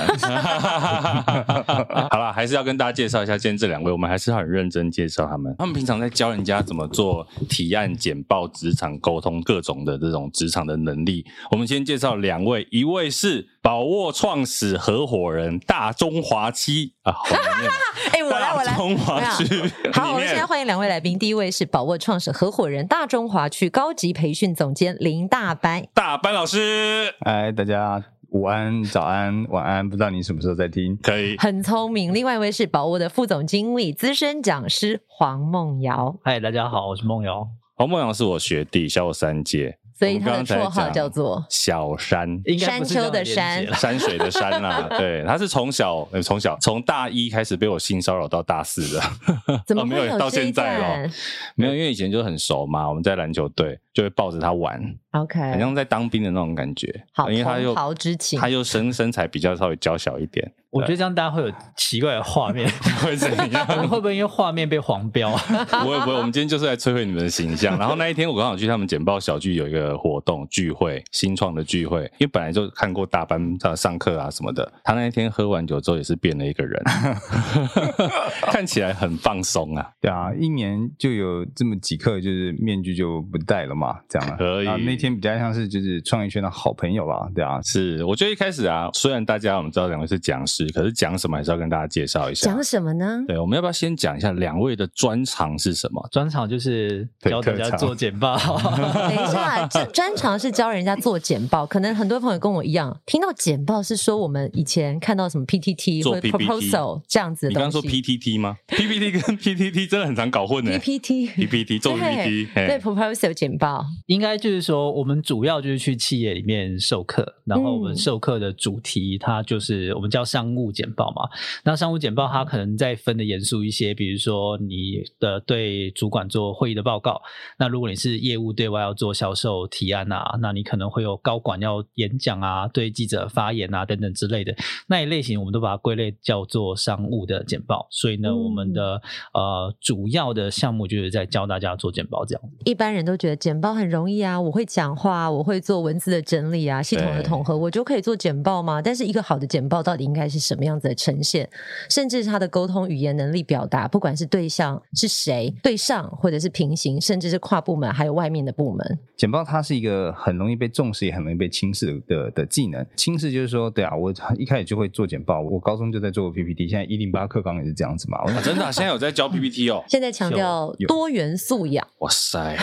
A: 好啦，还是要跟大家介绍一下今天这两位，我们还是要很认真介绍他们。他们平常在教人家怎么做提案、简报、职场沟通各种的这种职场的能力。我们先介绍两位，一位是宝沃创始合伙人大中华区啊，好难念哦
B: 哎， 我来，我
A: 大
B: 来。
A: 中华区
B: 我
A: 里
B: 好，我们现在
A: 面。
B: 欢迎两位来宾。第一位是宝沃创始合伙人、大中华区高级培训总监林大班。
A: 大班老师
D: 嗨，哎大家午安、早安、晚安，不知道你什么时候在听？
A: 可以，
B: 很聪明。另外一位是宝沃的副总经理、资深讲师黄梦瑶，
E: 嗨，大家好，我是梦瑶。
A: 黄梦阳是我学弟，小我三届，
B: 所以他
A: 我
B: 的
A: 们刚才
B: 绰号
A: 讲
B: 叫做
A: 小山。
E: 应该不是这
B: 山
E: 样
B: 丘的山
E: 连接啦
A: 山水的山啦、 对，他是从小，呃从小从大一开始被我性骚扰到大四 的，
B: 怎么
A: 哦
B: 会
A: 没有
B: 有
A: 到
B: 这一
A: 现在
B: 段
A: 哦？没有，因为以前就很熟嘛，我们在篮球队就会抱着他玩，好
B: OK，
A: 像在当兵的那种感觉。
B: 哎好
A: 因为他
B: 同
A: 又
B: 袍之情
A: 他又身身材比较稍微娇小一点，
E: 我觉得这样大家会有奇怪的 画面，
A: 会怎样？
E: 我们会不会因为画面被黄标？
A: 不会不会，我们今天就是来摧毁你们的形象。然后那一天我刚好去他们简报小聚有一个活动聚会，新创的聚会，因为本来就看过大班上上课啊什么的。他那一天喝完酒之后也是变了一个人， 看起来很放松啊。
D: 对啊，一年就有这么几课，就是面具就不戴了嘛，这样啊
A: 可以
D: 啊那天比较像是就是创业圈的好朋友吧，对啊，
A: 是，我觉得一开始啊，虽然大家我们知道两位是讲师，可是讲什么还是要跟大家介绍一下
B: 讲。什么呢？
A: 对，我们要不要先讲一下两位的专长是什么？
E: 专场就是
D: 对
E: 教大
D: 特
E: 家
D: 长
E: 做简报，
B: 等一下，这 专长是教人家做简报，可能很多朋友跟我一样，听到简报是说我们以前看到什么 PTT
A: 做
B: 或者
A: PPT
B: proposal 这样子的
A: 你刚刚
B: 东
A: 说
B: 西。
A: PTT 吗？PPT 跟 PTT 真的很常搞混呢、
B: PPT
A: PPT 做 PPT，嘿
B: 对 proposal 简报，
E: 应该就是说我们主要就是去企业里面授课，然后我
B: 嗯
E: 们授课的主题它就是我们叫商务简报嘛。那商务简报它可能再分的严肃一些，比如说你的对主管做会议的报告，那如果你是业务对外要做销售提案啊，那你可能会有高管要演讲啊，对记者发言啊等等之类的那一类型，我们都把它归类叫做商务的简报。所以呢，
B: 嗯
E: 我们的呃主要的项目就是在教大家做简报这样。
B: 一般人都觉得简报很容易啊，我会讲话啊，我会做文字的整理啊，系统的统合，我就可以做简报吗？但是一个好的简报到底应该是什么样子的呈现？甚至是他的沟通语言能力表达，不管是对象是谁，对上或者是平行，甚至是跨部门，还有外面的部门。
D: 简报它是一个很容易被重视，也很容易被轻视的的的技能。轻视就是说，对啊，我一开始就会做简报，我高中就在做过 PPT，现在一零八课纲也是这样子嘛。我
A: 啊真的啊、现在有在教 PPT 哦。
B: 现在强调
D: 有
B: 多元素养，
A: 哇 塞，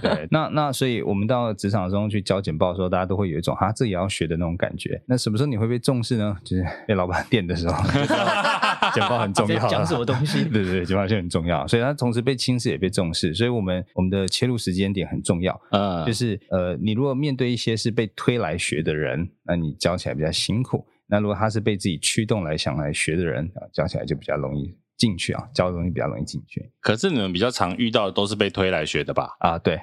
D: 对， 那那所以我们到职场中去教简报的时候，大家都会有一种啊，这也要学的那种感觉。那什么时候你会被重视呢？就是被老板电的时候， 就知道简报很重要
E: 在
D: 了。
E: 讲什么东西
D: 对对对，简报就很重要，所以它同时被轻视也被重视，所以我们我们的切入时间点很重要。
A: 嗯，
D: 就是呃，你如果面对一些是被推来学的人，那你教起来比较辛苦；那如果他是被自己驱动来想来学的人，啊教起来就比较容易。进去啊，教的东西比较容易进去
A: 可是你们比较常遇到的都是被推来学的吧？
D: 啊。对，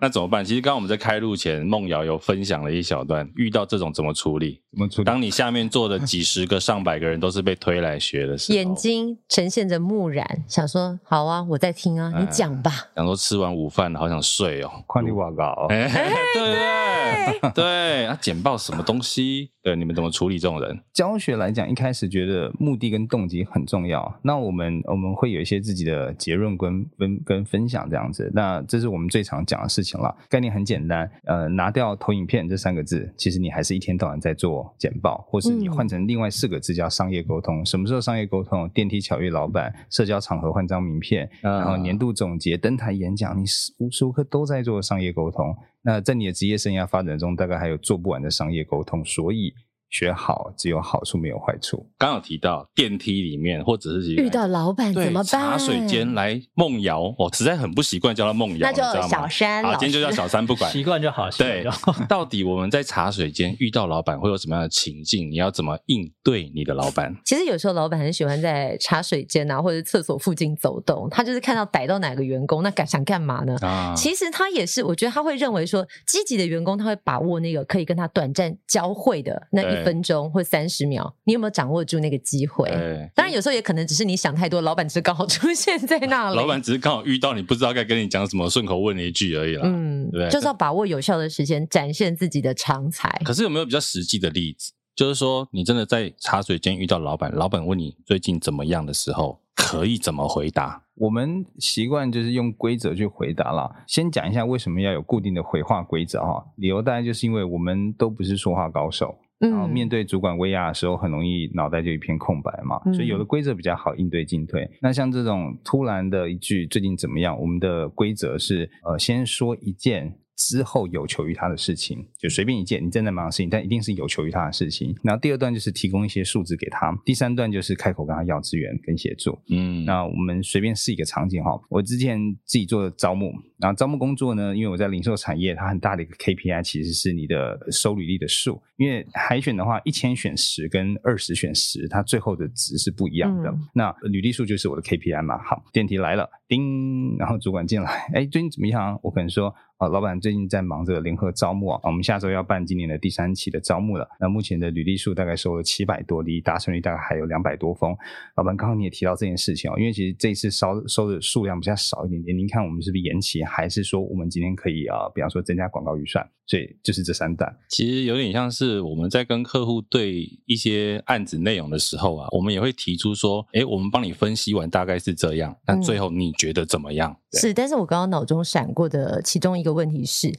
A: 那怎么办？其实刚刚我们在开录前，梦瑶有分享了一小段，遇到这种怎么处理？
D: 怎么处理？
A: 当你下面坐的几十个、上百个人都是被推来学的时候，
B: 眼睛呈现着木然，想说好啊，我在听啊，你讲吧。
A: 想说吃完午饭了好想睡哦，
D: 快递瓦稿，
A: 哎、 对不对？ 对，啊，简报什么东西？对，你们怎么处理这种人？
D: 教学来讲，一开始觉得目的跟动机很重要。啊那我们我们会有一些自己的结论跟分跟分享这样子。那这是我们最常讲的事情了。概念很简单，呃，拿掉投影片这三个字，其实你还是一天到晚在做简报，或是你
B: 嗯
D: 换成另外四个字叫商业沟通。什么时候商业沟通？电梯巧遇老板，社交场合换张名片，然后年度总结、登台演讲，你无时无刻都在做商业沟通。那在你的职业生涯发展中，大概还有做不完的商业沟通，所以学好只有好处没有坏处。
A: 刚刚有提到电梯里面，或者是
B: 遇到老板
A: 哎对
B: 怎么办？
A: 茶水间来梦瑶，我实在很不习惯叫他梦瑶，
B: 那
A: 你知
B: 就
A: 道吗
B: 小山
A: 好，
B: 老
A: 今天就叫
B: 师
A: 小三，不 管
E: 习惯就好。习惯
A: 对
E: 就好，
A: 到底我们在茶水间遇到老板会有什么样的情境？你要怎么应对你的老板？
B: 其实有时候老板很喜欢在茶水间啊，或者厕所附近走动，他就是看到逮到哪个员工，那敢想干嘛呢？
A: 啊
B: 其实他也是，我觉得他会认为说，积极的员工他会把握那个可以跟他短暂交汇的那
A: 对
B: 一分钟或三十秒，你有没有掌握住那个机会？
A: 对，
B: 当然，有时候也可能只是你想太多，老板只是刚好 出现在那里。
A: 老板只是刚好遇到你，不知道该跟你讲什么，顺口问了一句而已啦。
B: 嗯
A: 对，
B: 就是要把握有效的时间，展现自己的长才。
A: 可是有没有比较实际的例子？就是说，你真的在茶水间遇到老板，老板问你最近怎么样的时候，可以怎么回答？
D: 我们习惯就是用规则去回答啦。先讲一下为什么要有固定的回话规则哈，理由大概就是因为我们都不是说话高手，然后
B: 嗯
D: 面对主管威压的时候，很容易脑袋就一片空白嘛，
B: 嗯
D: 所以有的规则比较好应对进退。那像这种突然的一句“最近怎么样”，我们的规则是呃，先说一件。之后有求于他的事情，就随便一件你正在忙的事情，但一定是有求于他的事情。然后第二段就是提供一些数字给他，第三段就是开口跟他要资源跟协助。
A: 嗯，
D: 那我们随便试一个场景哈，我之前自己做的招募，然后招募工作呢，因为我在零售产业，它很大的一个 KPI 其实是你的收履历的数，因为海选的话，一千选十跟二十选十，它最后的值是不一样的。
B: 嗯
D: 那履历数就是我的 KPI 嘛。好，电梯来了，叮，然后主管进来， 哎，最近怎么样啊？我可能说。啊，老板最近在忙着联合招募啊，我们下周要办今年的第三期的招募了。那目前的履历数大概收了七百多例，达成率大概还有两百多封。老板，刚刚你也提到这件事情哦，因为其实这一次收收的数量比较少一点点，您看我们是不是延期，还是说我们今天可以啊、呃比方说增加广告预算？所以就是这三段，
A: 其实有点像是我们在跟客户对一些案子内容的时候啊，我们也会提出说，诶，我们帮你分析完大概是这样，那
B: 嗯
A: 最后你觉得怎么样？
B: 是，但是我刚刚脑中闪过的其中一个问题是，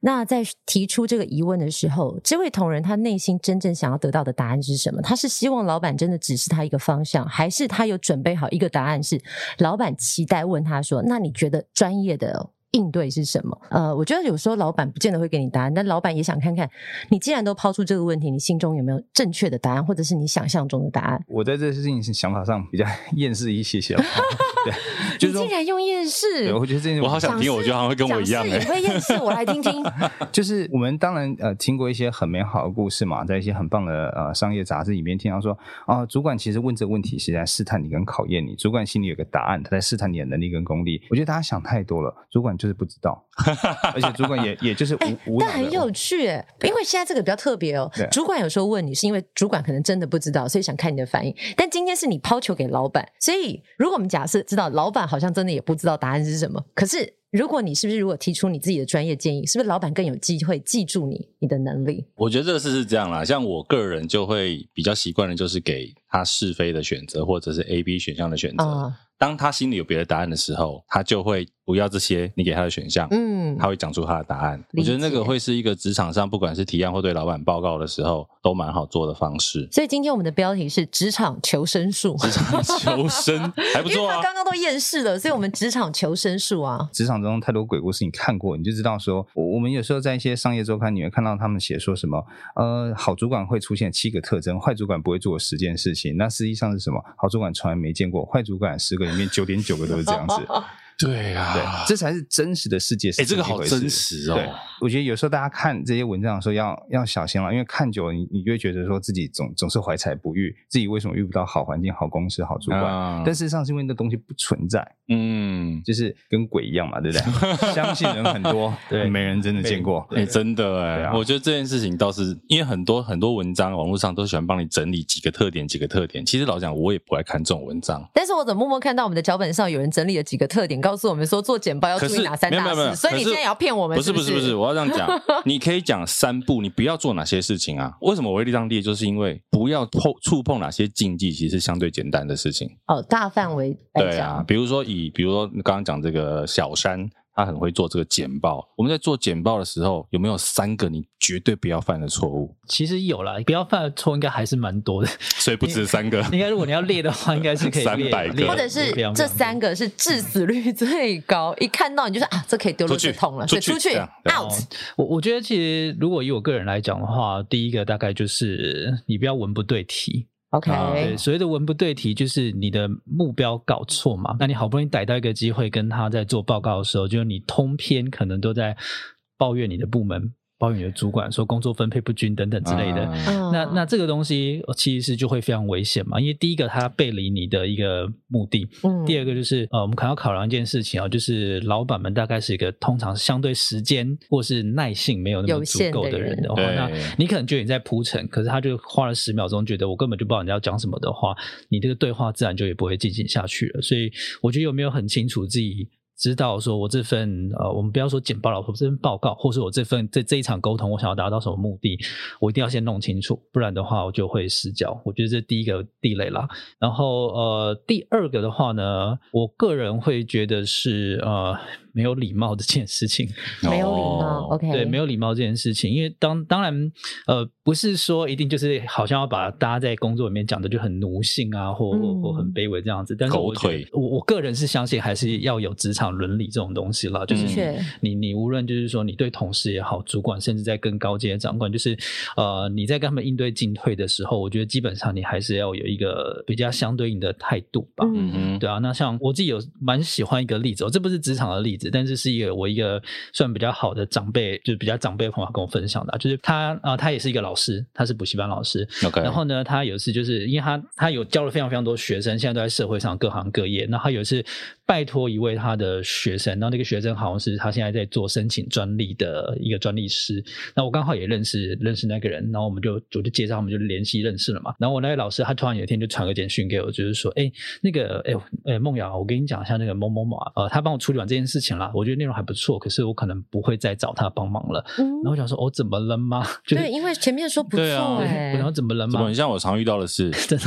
B: 那在提出这个疑问的时候，这位同仁他内心真正想要得到的答案是什么？他是希望老板真的指示他一个方向，还是他有准备好一个答案是老板期待问他说：“那你觉得专业的？”应对是什么？呃，我觉得有时候老板不见得会给你答案，但老板也想看看你既然都抛出这个问题，你心中有没有正确的答案，或者是你想象中的答案？
D: 我在这事情想法上比较 厌世一些些了， 对，就
B: 你
D: 是说
B: 竟，然用夜市，
D: 对，我觉得这件
A: 我好想听，
B: 讲
A: 我
B: 是
A: 觉得好像会跟我一样、欸诶。
B: 讲是也会厌世，我来听听。
D: 就是我们当然呃听过一些很美好的故事嘛，在一些很棒的呃商业杂志里面听到说，啊、主管其实问这个问题是在试探你跟考验你，主管心里有个答案，他在试探你的能力跟功力。我觉得大家想太多了，主管就是不知道，而且主管也也就是无、无脑呃
B: 但
D: 的
B: 很有趣耶，因为现在这个比较特别哦
D: 对。
B: 主管有时候问你，是因为主管可能真的不知道，所以想看你的反应。但今天是你抛球给老板，所以如果我们假设知道老板好像真的也不知道答案是什么，可是如果你是不是如果提出你自己的专业建议，是不是老板更有机会记住你你的能力？
A: 我觉得这个事是这样啦，像我个人就会比较习惯的，就是给他是非的选择，或者是 A、B 选项的选择。
B: 啊
A: 当他心里有别的答案的时候，他就会不要这些你给他的选项，
B: 嗯
A: 他，会讲出他的答案。
B: 理
A: 我觉
B: 解。
A: 得那个会是一个职场上，不管是提案或对老板报告的时候，都蛮好做的方式
B: 所以今天我们的标题是职场求生术，
A: 求生还不
B: 因为
A: 错啊
B: 他，刚刚都厌世了，所以我们职场求生术啊，
D: 职场中太多鬼故事，你看过你就知道说，我我们有时候在一些商业周刊你会看到他们写说什么，呃，好主管会出现七个特征，坏主管不会做十件事情。那实际上是什么？好主管从来没见过，坏主管十个里面九点九个都是这样子。
A: 对
D: 对
A: 啊，，
D: 这才是真实的世界是
A: 哎，这个
D: 怎么一
A: 好
D: 回事
A: 真实哦。
D: 对，我觉得有时候大家看这些文章的时候要要小心了，因为看久了你你就会觉得说自己总总是怀才不遇，自己为什么遇不到好环境、好公司、好主管？
A: 啊
D: 但事实上是因为那东西不存在，
A: 嗯，
D: 就是跟鬼一样嘛，对不 对？相信人很多，
E: 对
D: 没人真的见过。
A: 哎、真的哎、
D: 对啊
A: 我觉得这件事情倒是因为很多很多文章网络上都喜欢帮你整理几个特点，几个特点。其实老实讲，我也不爱看这种文章。
B: 但是我怎么默默看到我们的脚本上有人整理了几个特点，告诉我们说做简报要
A: 可
B: 注
A: 是
B: 意哪三
A: 没有没
B: 大
A: 有没有，
B: 事，所以你
A: 可是
B: 现在也要骗我们？
A: 不是
B: 不
A: 不是不是，我要这样讲， 你可以讲三不，你不要做哪些事情啊？为什么我会这样列？就是因为不要碰触碰哪些禁忌，其实是相对简单的事情。
B: 哦，大范围来
A: 对啊
B: 讲，，
A: 比如说以比如说你刚刚讲这个小山，他很会做这个简报。我们在做简报的时候，有没有三个你绝对不要犯的错误？
E: 其实有啦，不要犯的错应该还是蛮多的。
A: 所以不止三个。
E: 应该如果你要列的话，应该是可以列
A: 300个
E: 列
B: 或者是
E: 非常
B: 这
E: 非常
B: 三个是致死率最高，一看到你就说啊，这可以丢
A: 出
B: 垃
A: 去
B: 圾桶了，
A: 出
B: 所
A: 去
B: 以出去
A: 这样对啊
B: out。
E: 我我觉得其实如果以我个人来讲的话，第一个大概就是你不要文不对题。
A: 啊
E: 对，
B: OK，
E: 所谓的文不对题，就是你的目标搞错嘛。那你好不容易逮到一个机会跟他在做报告的时候，就是你通篇可能都在抱怨你的部门、抱怨你的主管，说工作分配不均等 等之类的。
A: 啊
B: 嗯
E: 那那这个东西呃其实就会非常危险嘛，因为第一个它背离你的一个目的，
B: 嗯
E: 第二个就是呃，我们可能要考量一件事情啊，就是老板们大概是一个通常相对时间或是耐性没有那
B: 有
E: 么足
B: 限
E: 够
B: 的
E: 的
B: 人
E: 人的话，
A: 对
E: 那你可能觉得你在铺陈，可是他就花了十秒钟，觉得我根本就不知道你要讲什么的话，你这个对话自然就也不会进行下去了。所以我觉得有没有很清楚自己。知道说，我这份呃，我们不要说简报了，我这份报告，或是我这份这这一场沟通，我想要达到什么目的，我一定要先弄清楚，不然的话我就会失焦。我觉得这是第一个地雷啦。然后呃，第二个的话呢，我个人会觉得是呃没有礼 貌这件事情。
B: 没有礼貌
A: 嗯哦
B: ，OK，
E: 对，没有礼貌这件事情，因为当当然呃不是说一定就是好像要把大家在工作里面讲的就很奴性啊，或或
B: 嗯
E: 或很卑微这样子，但是
A: 狗
E: 我觉得
A: 腿
E: 我我个人是相信还是要有职场伦理这种东西啦，就是
A: 的
B: 嗯确
E: 你你无论就是说你对同事也好，主管甚至在更高阶的长官，就是呃你在跟他们应对进退的时候，我觉得基本上你还是要有一个比较相对应的态度吧。
A: 嗯哼，
E: 对啊，那像我自己有蛮喜欢一个例子、哦，这不是职场的例子，但是是一个我一个算比较好的长辈，就是比较长辈的朋友跟我分享的啊、就是他啊、他也是一个老师，他是补习班老师，
A: OK，
E: 然后呢，他有一次就是因为他他有教了非常非常多学生，现在都在社会上各行各业。那他有一次拜托一位他的学生，然后那个学生好像是他现在在做申请专利的一个专利师。那我刚好也认识认识那个人，然后我们就我就介绍，我们就联系认识了嘛。然后我那位老师他突然有一天就传个简讯给我，就是说，哎，那个哎哎梦瑶啊，我跟你讲一下那个某某某啊，呃，他帮我处理完这件事情啦，我觉得内容还不错，可是我可能不会再找他帮忙了。
B: 嗯
E: 然后我想说，哦，怎么了吗？就是
B: 对，因为前面说不
A: 对啊
B: 错，
E: 对
B: 哎
E: 我想，说怎么了
A: 怎
E: 吗
A: 么？很像我常遇到的 事？
E: 真的。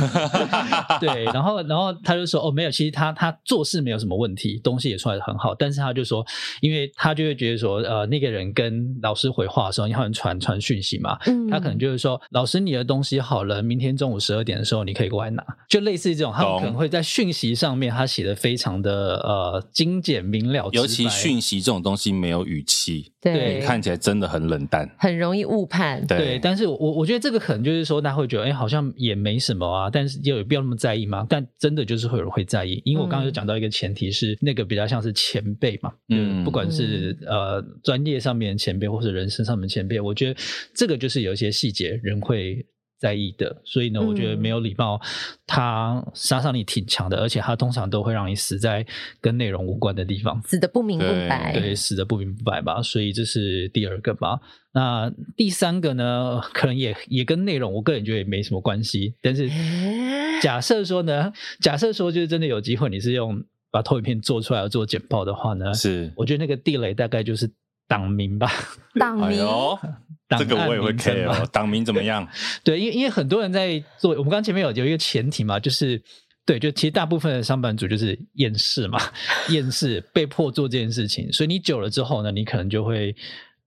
E: 对，然后然后他就说哦，没有，其实他他做事没有什么问题，东西也出来的很好，但是他就说，因为他就会觉得说，呃，那个人跟老师回话的时候，因为他很传传讯息嘛，
B: 嗯
E: 他可能就是说，老师你的东西好了，明天中午十二点的时候你可以过来拿，就类似于这种，他们
A: 懂
E: 可能会在讯息上面他写的非常的呃精简明了直白，
A: 尤其讯息这种东西没有语气，
B: 对，
E: 对
A: 看起来真的很冷淡。
B: 很容易误判，
E: 对，但是我我我觉得这个可能就是说，大家会觉得，哎、好像也没什么啊，但是也有必要那么在意吗？但真的就是会有人会在意，因为我刚刚有讲到一个前提是，那个比较像是前辈嘛，
A: 嗯
E: 嗯嗯，不管是呃专业上面的前辈，或者人生上面的前辈，我觉得这个就是有一些细节人会。在意的，所以呢，
B: 嗯
E: 我觉得没有礼貌，它杀伤力挺强的，而且它通常都会让你死在跟内容无关的地方。
B: 死的不明不
A: 对
B: 白，
E: 对，死的不明不白吧，所以这是第二个吧。那第三个呢，可能也也跟内容，我个人觉得也没什么关系。但是
B: 诶
E: 假设说呢，假设说就是真的有机会，你是用把投影片做出来做简报的话呢，
A: 是
E: 我觉得那个地雷大概就是党名吧，
B: 党
A: 哎
B: 名
A: 呦，
E: 党
A: 这个我也会
E: 名称
A: care
E: 吧
A: 哦，党名怎么样？
E: 对，因为因为很多人在做，我们刚刚前面有有一个前提嘛，就是对，就其实大部分的上班族就是厌世嘛， 厌世被迫做这件事情，所以你久了之后呢，你可能就会，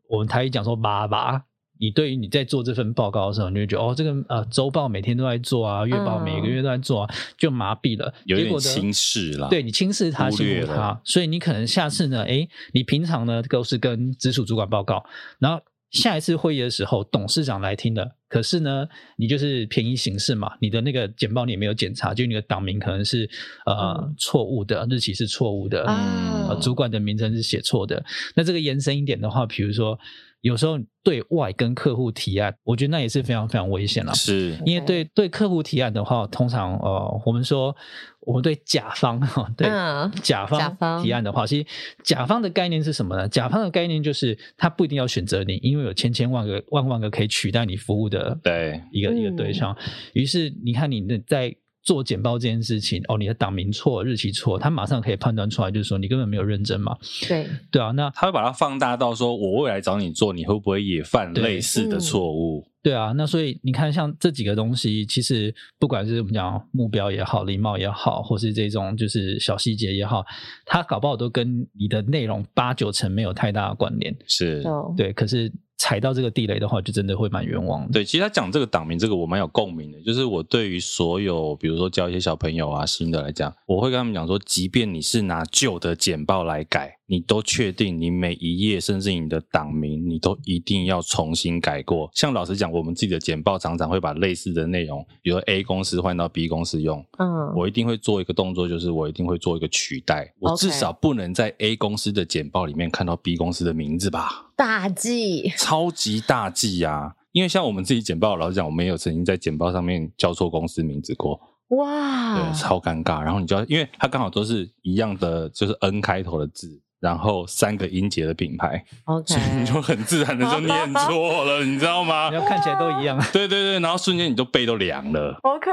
E: 我们台语讲说麻麻。你对于你在做这份报告的时候，你就会觉得哦，这个呃周报每天都在做啊，月报每个月都在做啊，就麻痹了。
A: 嗯有一
E: 结
A: 点
E: 果呢
A: 轻视啦。
E: 对你轻视他、
A: 忽
E: 轻
A: 略
E: 视
A: 了
E: 他，所以你可能下次呢，诶，你平常呢都是跟直属主管报告，然后下一次会议的时候，董事长来听的。可是呢，你就是便宜行事嘛，你的那个简报你也没有检查，就你的党名可能是呃、
B: 嗯
E: 错误的，日期是错误的，
B: 啊
E: 呃主管的名称是写错的。那这个延伸一点的话，比如说有时候对外跟客户提案，我觉得那也是非常非常危险了。
A: 是
E: 因为对对客户提案的话，通常呃，我们说我们对甲方哈，对、
B: 嗯甲
E: 甲
B: 方
E: 方提案的话，其实甲方的概念是什么呢？甲方的概念就是他不一定要选择你，因为有千千万个万万个可以取代你服务的
A: 对
E: 一个一个对象。于是你看你的在。做简报这件事情，哦，你的党名错、日期错，他马上可以判断出来，就是说你根本没有认真嘛，
B: 对，
E: 对啊，那
A: 他会把它放大到说，我未来找你做，你会不会也犯
E: 对
A: 类似的错误？
E: 对啊，那所以你看，像这几个东西，其实不管是我们讲目标也好，礼貌也好，或是这种就是小细节也好，它搞不好都跟你的内容八九成没有太大的关联。
A: 是。
B: 就
E: 对，可是踩到这个地雷的话，就真的会蛮冤枉的。
A: 对，其实他讲这个党名，这个我蛮有共鸣的。就是我对于所有，比如说教一些小朋友啊、新的来讲，我会跟他们讲说，即便你是拿旧的简报来改，你都确定你每一页，甚至你的党名，你都一定要重新改过。像老实讲，我们自己的简报常常会把类似的内容，比如说 A 公司换到 B 公司用，
B: 嗯，
A: 我一定会做一个动作，就是我一定会做一个取代，我
B: OK
A: 至少不能在 A 公司的简报里面看到 B 公司的名字吧。
B: 大忌，
A: 超级大忌啊！因为像我们自己简报，老实讲，我们也有曾经在简报上面叫错公司名字过，
B: 哇啊
A: 对，，超尴尬。然后你就要，因为它刚好都是一样的，就是 N 开头的字，然后三个音节的品牌，
B: OK，
A: 所以你就很自然的就念错了，你知道吗
E: 你？要看起来都一样，
A: 对对对，然后瞬间你就背都凉了。
B: 好可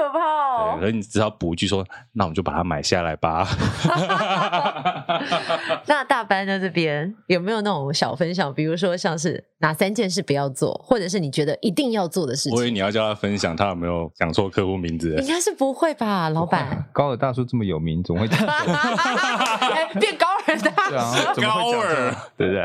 A: 对，
B: 怕哦。
A: 所以你只好补一句说：“那我们就把它买下来吧。
B: 那大班在这边有没有那种小分享？比如说像是哪三件事不要做，或者是你觉得一定要做的事”
A: 我以为
B: 情？
A: 你要叫他分享他有没有讲错客户名字。
B: 应该是不会吧，老板？
D: 高尔大叔这么有名，怎么 会讲错？
E: 啊
B: 哎，变高人大
D: 对啊
B: 声，
D: 怎么会讲
A: 高尔
D: 错？对不对？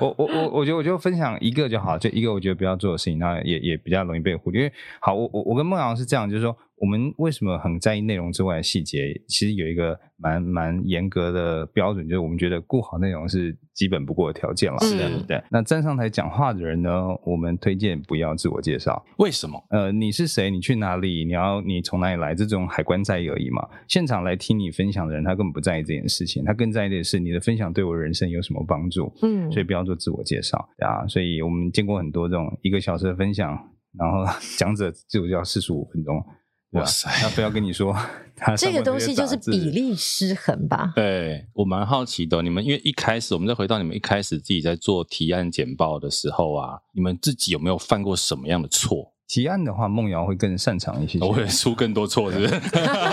D: 我我我我觉得我就分享一个就好，就一个我觉得不要做的事情，那也也比较容易被忽略。因为好，我我我跟孟阳是这样，就是说我们为什么很在意内容之外的细节？其实有一个蛮蛮严格的标准，就是我们觉得顾好内容是基本不过的条件了。
B: 是
D: 对不对。那站上台讲话的人呢，我们推荐不要自我介绍。
A: 为什么？
D: 呃，你是谁？你去哪里？你要你从哪里来？这种海关在意而已嘛。现场来听你分享的人，他根本不在意这件事情，他更在意的是你的分享对我人生有什么帮助。
B: 嗯
D: 所以不要做自我介绍对啊。所以我们见过很多这种一个小时的分享，然后 讲者自我介绍四十五分钟，对
A: 哇
D: 吧？
A: 塞
D: 那不要跟 你说他上
B: 这个
D: 过
B: 东
D: 些
B: 西就是
D: 杂志
B: 比。例失衡吧？
A: 对我蛮好奇的，你们因为一开始，我们再回到你们一开始自己在做提案简报的时候啊，你们自己有没有犯过什么样的错？
D: 提案的话，梦瑶会更擅长一些。
A: 我会出更多错，是不是？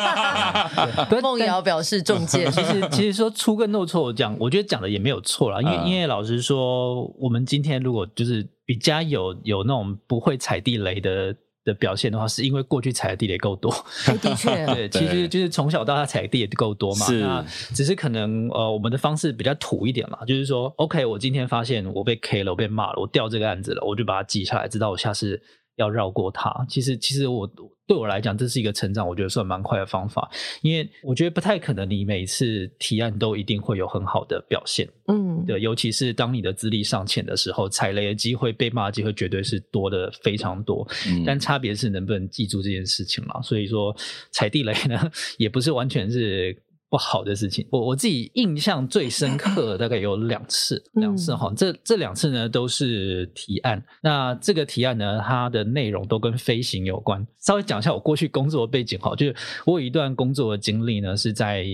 E: 但
B: 梦瑶表示中介，
E: 其实其实说出更漏错，我讲我觉得讲的也没有错啦，因为、
A: 嗯
E: 因为老实说，我们今天如果就是比较有有那种不会踩地雷的。的表现的话，是因为过去踩的地雷够多，
B: 哎的确，
E: 对，其
A: 啊对
E: 实就是从小到大踩地也够多嘛。
A: 是
E: 那只是可能呃，我们的方式比较土一点嘛，就是说，OK，我今天发现我被 K 了，我被骂了，我掉这个案子了，我就把它记下来，知道我下次要绕过它。其实，其实我对我来讲，这是一个成长，我觉得算蛮快的方法，因为我觉得不太可能你每次提案都一定会有很好的表现。
B: 嗯，
E: 对，尤其是当你的资历尚浅的时候，踩雷的机会、被骂的机会绝对是多的非常多。
A: 嗯
E: 但差别是能不能记住这件事情啦。所以说踩地雷呢， 也不是完全是。不好的事情，我我自己印象最深刻的大概有两次，
B: 嗯
E: 两次哈，这这两次呢都是提案。那这个提案呢，它的内容都跟飞行有关。稍微讲一下我过去工作的背景哈，就是我有一段工作的经历呢是在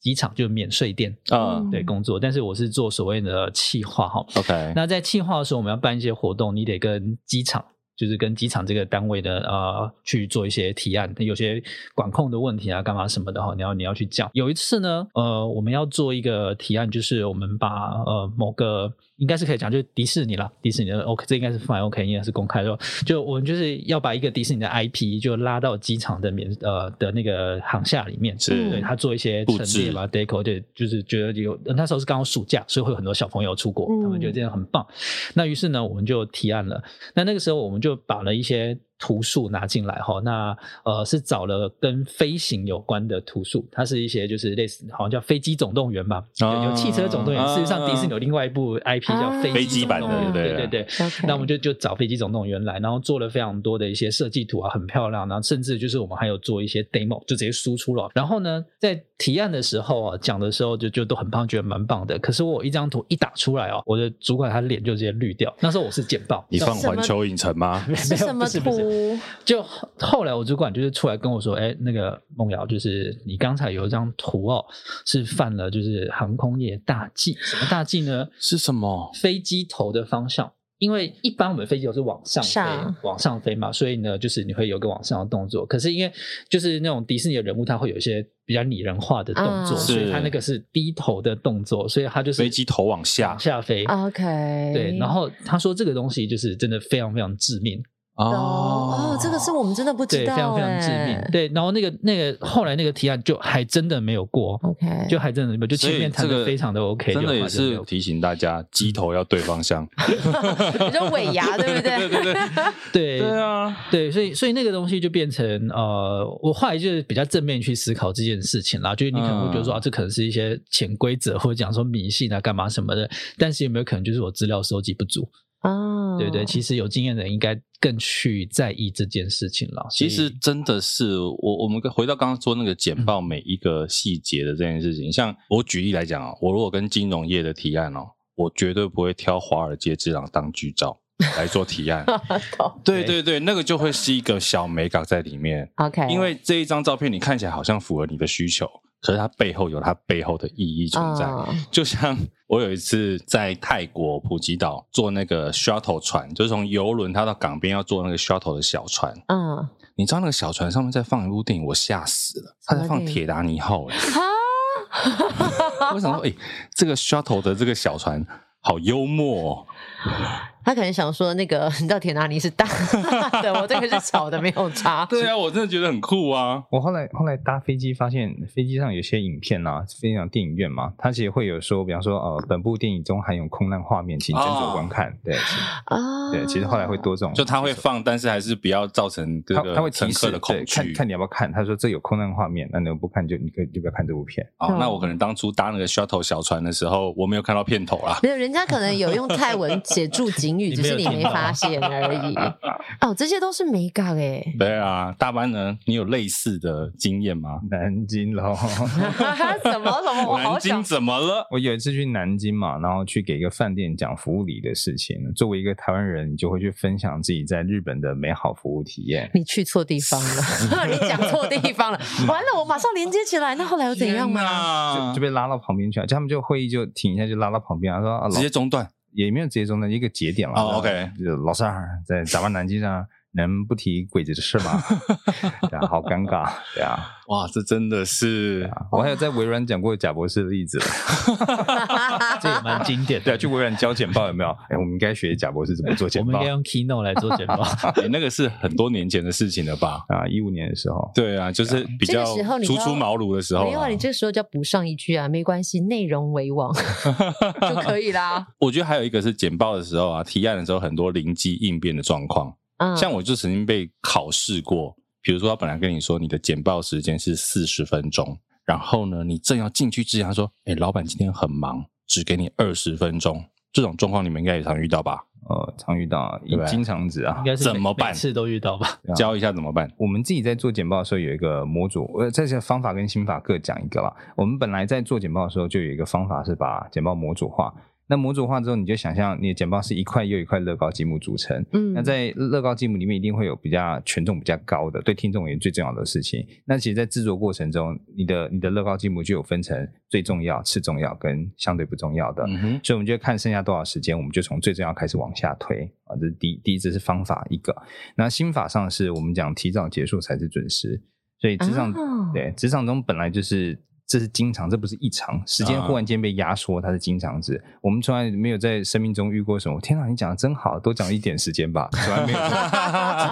E: 机场，就是免税店
A: 啊
B: 嗯
E: 对工作，但是我是做所谓的企划哈。
A: ，OK，
E: 那在企划的时候，我们要办一些活动，你得跟机场，就是跟机场这个单位的呃去做一些提案，有些管控的问题啊，干嘛什么的哈，你要你要去讲。有一次呢，呃，我们要做一个提案，就是我们把呃某个应该是可以讲，就是迪士尼啦，迪士尼的 OK，这应该是 fine OK，应该是公开的。就我们就是要把一个迪士尼的 IP 就拉到机场的免呃的那个航厦里面，
A: 是
B: 嗯
E: 对他做一些
A: 嗯布
E: 陈
A: 置
E: 列嘛，deco 对，就是觉得有呃那时候是刚好暑假，所以会有很多小朋友出国，
B: 嗯
E: 他们觉得这样很棒。那于是呢，我们就提案了。那那个时候我们就把了一些图数拿进来哈。那呃是找了跟飞行有关的图数，它是一些就是类似好像叫《飞机总动员》吧，
A: 啊
E: 有有汽车总动员。事实上，迪士尼有另外一部 IP 叫
B: 啊
E: 《
A: 飞
E: 机
A: 机
E: 总
A: 版
E: 动
A: 的
E: 员》，
A: 对
E: 对
A: 不对
E: 对对。
B: OK
E: 那我们就就找飞机总动员来，然后做了非常多的一些设计图啊，很漂亮。然后甚至就是我们还有做一些 demo，就直接输出了。然后呢，在提案的时候啊，讲的时候就就都很棒，觉得蛮棒的。可是我一张图一打出来哦，我的主管他脸就直接绿掉。那时候我是简报，
A: 你放
B: 什么
A: 环球影城吗？
B: 是什么
E: 不是不是
B: 图？
E: 就后来我主管就是出来跟我说，哎、那个梦瑶，就是你刚才有一张图哦，是犯了就是航空业大忌，什么大忌呢？
A: 是什么？
E: 飞机头的方向。因为一般我们飞机头是往上飞
B: 上，
E: 往上飞嘛，所以呢，就是你会有一个往上的动作。可是因为就是那种迪士尼的人物，他会有一些比较拟人化的动作，
B: 啊
E: 所以
A: 是
E: 他那个是低头的动作，所以他就是
A: 飞机头往下
E: 往下飞。
B: OK，
E: 对，然后他说这个东西就是真的非常非常致命，
B: 哦哦，这个是我们真的不知
E: 对，
B: 道、欸，
E: 非常非常致命。对，然后那个那个后来那个提案就还真的没有过，
B: 哎 OK，
E: 就还真的没有，就前面
A: 所
E: 谈
A: 以这
E: 的
A: 个
E: 非常的 OK，
A: 真
E: 就
A: 的也
E: 后来就没
A: 是
E: 有
A: 提醒大家，鸡头要对方 向。
B: 你说尾牙对不
A: 对
B: 对？
A: 对对，
E: 对
A: 对啊，
E: 对，所以所以那个东西就变成呃，我后来就是比较正面去思考这件事情啦，就是你可能会觉得说、
A: 嗯
E: 啊，这可能是一些潜规则或者讲说迷信啊干嘛什么的，但是有没有可能就是我资料收集不足，
B: 哦，
E: 对不对？其实有经验的人应该更去在意这件事情了。所
A: 其
E: 以
A: 实真的是我我们回到刚刚说那个简报每一个细节的这件事情，像我举例来讲哦，我如果跟金融业的提案哦，我绝对不会挑华尔街之狼当剧照来做提案。
B: 懂
A: 对对对，那个就会是一个小美感在里面。
B: OK，
A: 因为这一张照片你看起来好像符合你的需求，可是它背后有它背后的意义存在。
B: 哦
A: 就像我有一次在泰国普吉岛坐那个 shuttle 船，就是从游轮它到港边要坐那个 shuttle 的小船，
B: 嗯，
A: 你知道那个小船上面在放一部电影，我吓死了，
B: 什
A: 它
B: 么
A: 在放《
B: 电影啊
A: 铁达尼号》欸。
B: 哈，
A: 我想说，哎、这个 shuttle 的这个小船好幽默、 哦。
B: 他可能想说那个 你到底铁达尼是大的， 我这个是小的，没有差。
A: 对啊，我真的觉得很酷啊。
D: 我后来后来搭飞机发现，飞机上有些影片啊，飞机上电影院嘛，它其实会有说，比方说呃，本部电影中含有空难画面，请斟酌观看。对是
B: 啊，
D: 对，其实后来会多这种，
A: 哦就它会放，但是还是不要造成这
D: 他
A: 个
D: 他会
A: 乘
D: 提
A: 客
D: 示
A: 的恐
D: 对，
A: 惧。
D: 看看你要不要看。他说这有空难画面，那你不看就你可以就不要看这部片。
A: 哦，
B: 嗯
A: 那我可能当初搭那个 shuttle 小船的时候，我没有看到片头啦。
B: 没有，人家可能有用泰文写注警语，
E: 你
B: 只
E: 没有
B: 是你没
E: 听到
B: 发现而已。哦，这些都是美感哎。
A: 对啊，大班呢，你有类似的经验吗？
D: 南京喽。
B: 什么什么？我好
A: 南京
B: 想
A: 怎么了？
D: 我有一次去南京嘛，然后去给一个饭店讲服务礼的事情。作为一个台湾人，你就会去分享自己在日本的美好服务体验。
B: 你去错地方了， 你讲错地方了， 完了，我马上连接起来。那后来又怎样嘛？
A: 嘛
D: 就就被拉到旁边去啊了，就他们就会议就停一下，就拉到旁边，他说啊，老
A: 直接中断。
D: 也没有直接中的一个节点了。
A: 哦，OK
D: 就老三儿在咱们南京上能不提鬼子的事 吗？对啊，好尴尬，对啊，
A: 哇，这真的是
D: 对啊我还有在微软讲过贾博士的例子，
E: 这也蛮经典
D: 对
E: 的
D: 啊，。去微软交简报有没有？ 哎，我们应该学贾博士怎么做
E: 我
D: 简
E: 们应
D: 报
E: 该用 Keynote 来做简报，
A: 哎那个是很多年前的事情了吧？
D: 啊，一五年的时候。
A: 对啊，就是比较
B: 这个时候你知
A: 初
B: 道
A: 出茅庐的时候啊。
B: 没有啊，你这时候就要补上一句啊，没关系，内容为王 就可以啦。
A: 我觉得还有一个是简报的时候啊，提案的时候很多灵机应变的状况。
B: 嗯，
A: 像我就曾经被考试过，比如说他本来跟你说你的简报时间是四十分钟，然后呢，你正要进去之前，他说：“哎、老板今天很忙，只给你二十分钟。”这种状况你们应该也常遇到吧？
D: 呃，常遇到
A: 对吧
D: 经常子啊
E: 应，该是每
A: 怎么办
E: 每次都遇到 吧？
D: 啊
A: 教一下怎么办？
D: 我们自己在做简报的时候有一个模组，呃，这些方法跟心法各讲一个啦。我们本来在做简报的时候就有一个方法是把简报模组化。那模组化之后，你就想象你的简报是一块又一块乐高积木组成。
B: 嗯
D: 那在乐高积木里面一定会有比较权重比较高的，对听众也最重要的事情。那其实，在制作过程中，你的你的乐高积木就有分成最重要、次重要跟相对不重要的。
A: 嗯哼，
D: 所以我们就看剩下多少时间，我们就从最重要开始往下推啊。这是第第一，这是方法一个。那心法上是我们讲提早结束才是准时，所以职场、
B: 哦
D: 对职场中本来就是这是经常，这不是异常，时间忽然间被压缩，它是经常值。我们从来没有在生命中遇过什么，天哪，你讲的真好，多讲一点时间吧，从来没有。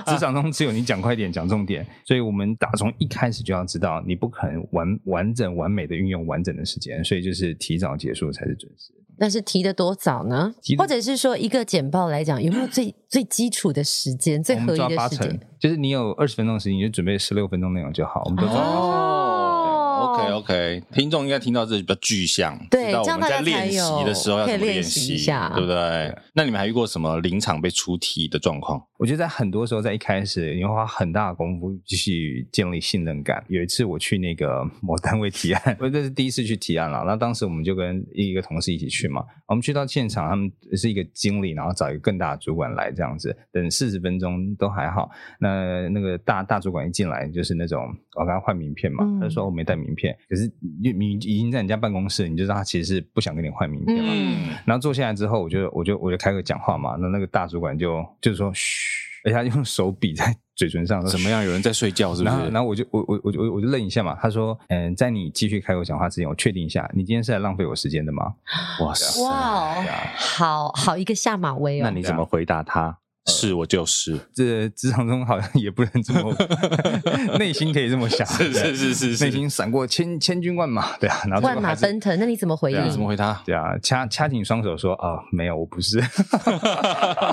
D: 职场中只有你讲快点，讲重点，所以我们打从一开始就要知道，你不可能完完整完美的运用完整的时间，所以就是提早结束才是准时。
B: 但是提的多早呢
D: 提？得
B: 或者是说一个简报来讲，有没有最最基础的时间、最
D: 我
B: 合
D: 们抓
B: 理
D: 八
B: 的时
D: 成
B: 间？，
D: 就是你有二十分钟的时间，你就准备十六分钟内容就好。我
B: 啊
D: 们都抓八成
A: 哦，OK OK，听众应该听到这比较具象，
B: 对
A: 知道我
B: 这样
A: 们
B: 大家
A: 在
B: 才
A: 练习的时候要
B: 有可以
A: 怎么练
B: 练习
A: 习，
B: 一下
A: 对不对？那你们还遇过什么临场被出题的状况？
D: 我觉得在很多时候，在一开始你会花很大的功夫去建立信任感。有一次我去那个某单位提案， 我这是第一次去提案了。那当时我们就跟一个同事一起去嘛，我们去到现场，他们是一个经理，然后找一个更大的主管来这样子，等四十分钟都还好。那那个大大主管一进来就是那种，我刚刚换名片嘛，
B: 嗯
D: 他就说哦我没带名片，可是你你已经在人家办公室，你就知道他其实是不想跟你换名片嘛。
B: 嗯，
D: 然后坐下来之后，我就我就我就开个讲话嘛，那那个大主管就就是说嘘，哎而且他用手比在嘴唇上，说
A: 怎么样？有人在睡觉是不
D: 然后
A: 是？
D: 然后我就我我我就我就愣一下嘛，他说嗯，在你继续开口讲话之前，我确定一下，你今天是来浪费我时间的吗？
A: 哇塞！
B: 哇哦
D: 对，啊
B: 好好一个下马威
A: 那
B: 哦！
A: 你怎么回答他？是我就是，
D: 这职场中好像也不能这么， 内心可以这么 想，
A: 是
D: 对
A: 是是是是
D: 内心闪过千千军万马， 对啊，然后最
B: 万
D: 后
B: 马
D: 还是
B: 奔腾，那你怎么回
A: 对
B: 应？
A: 啊，怎么回他？
D: 对啊，掐掐紧双手说啊、没有，我不是，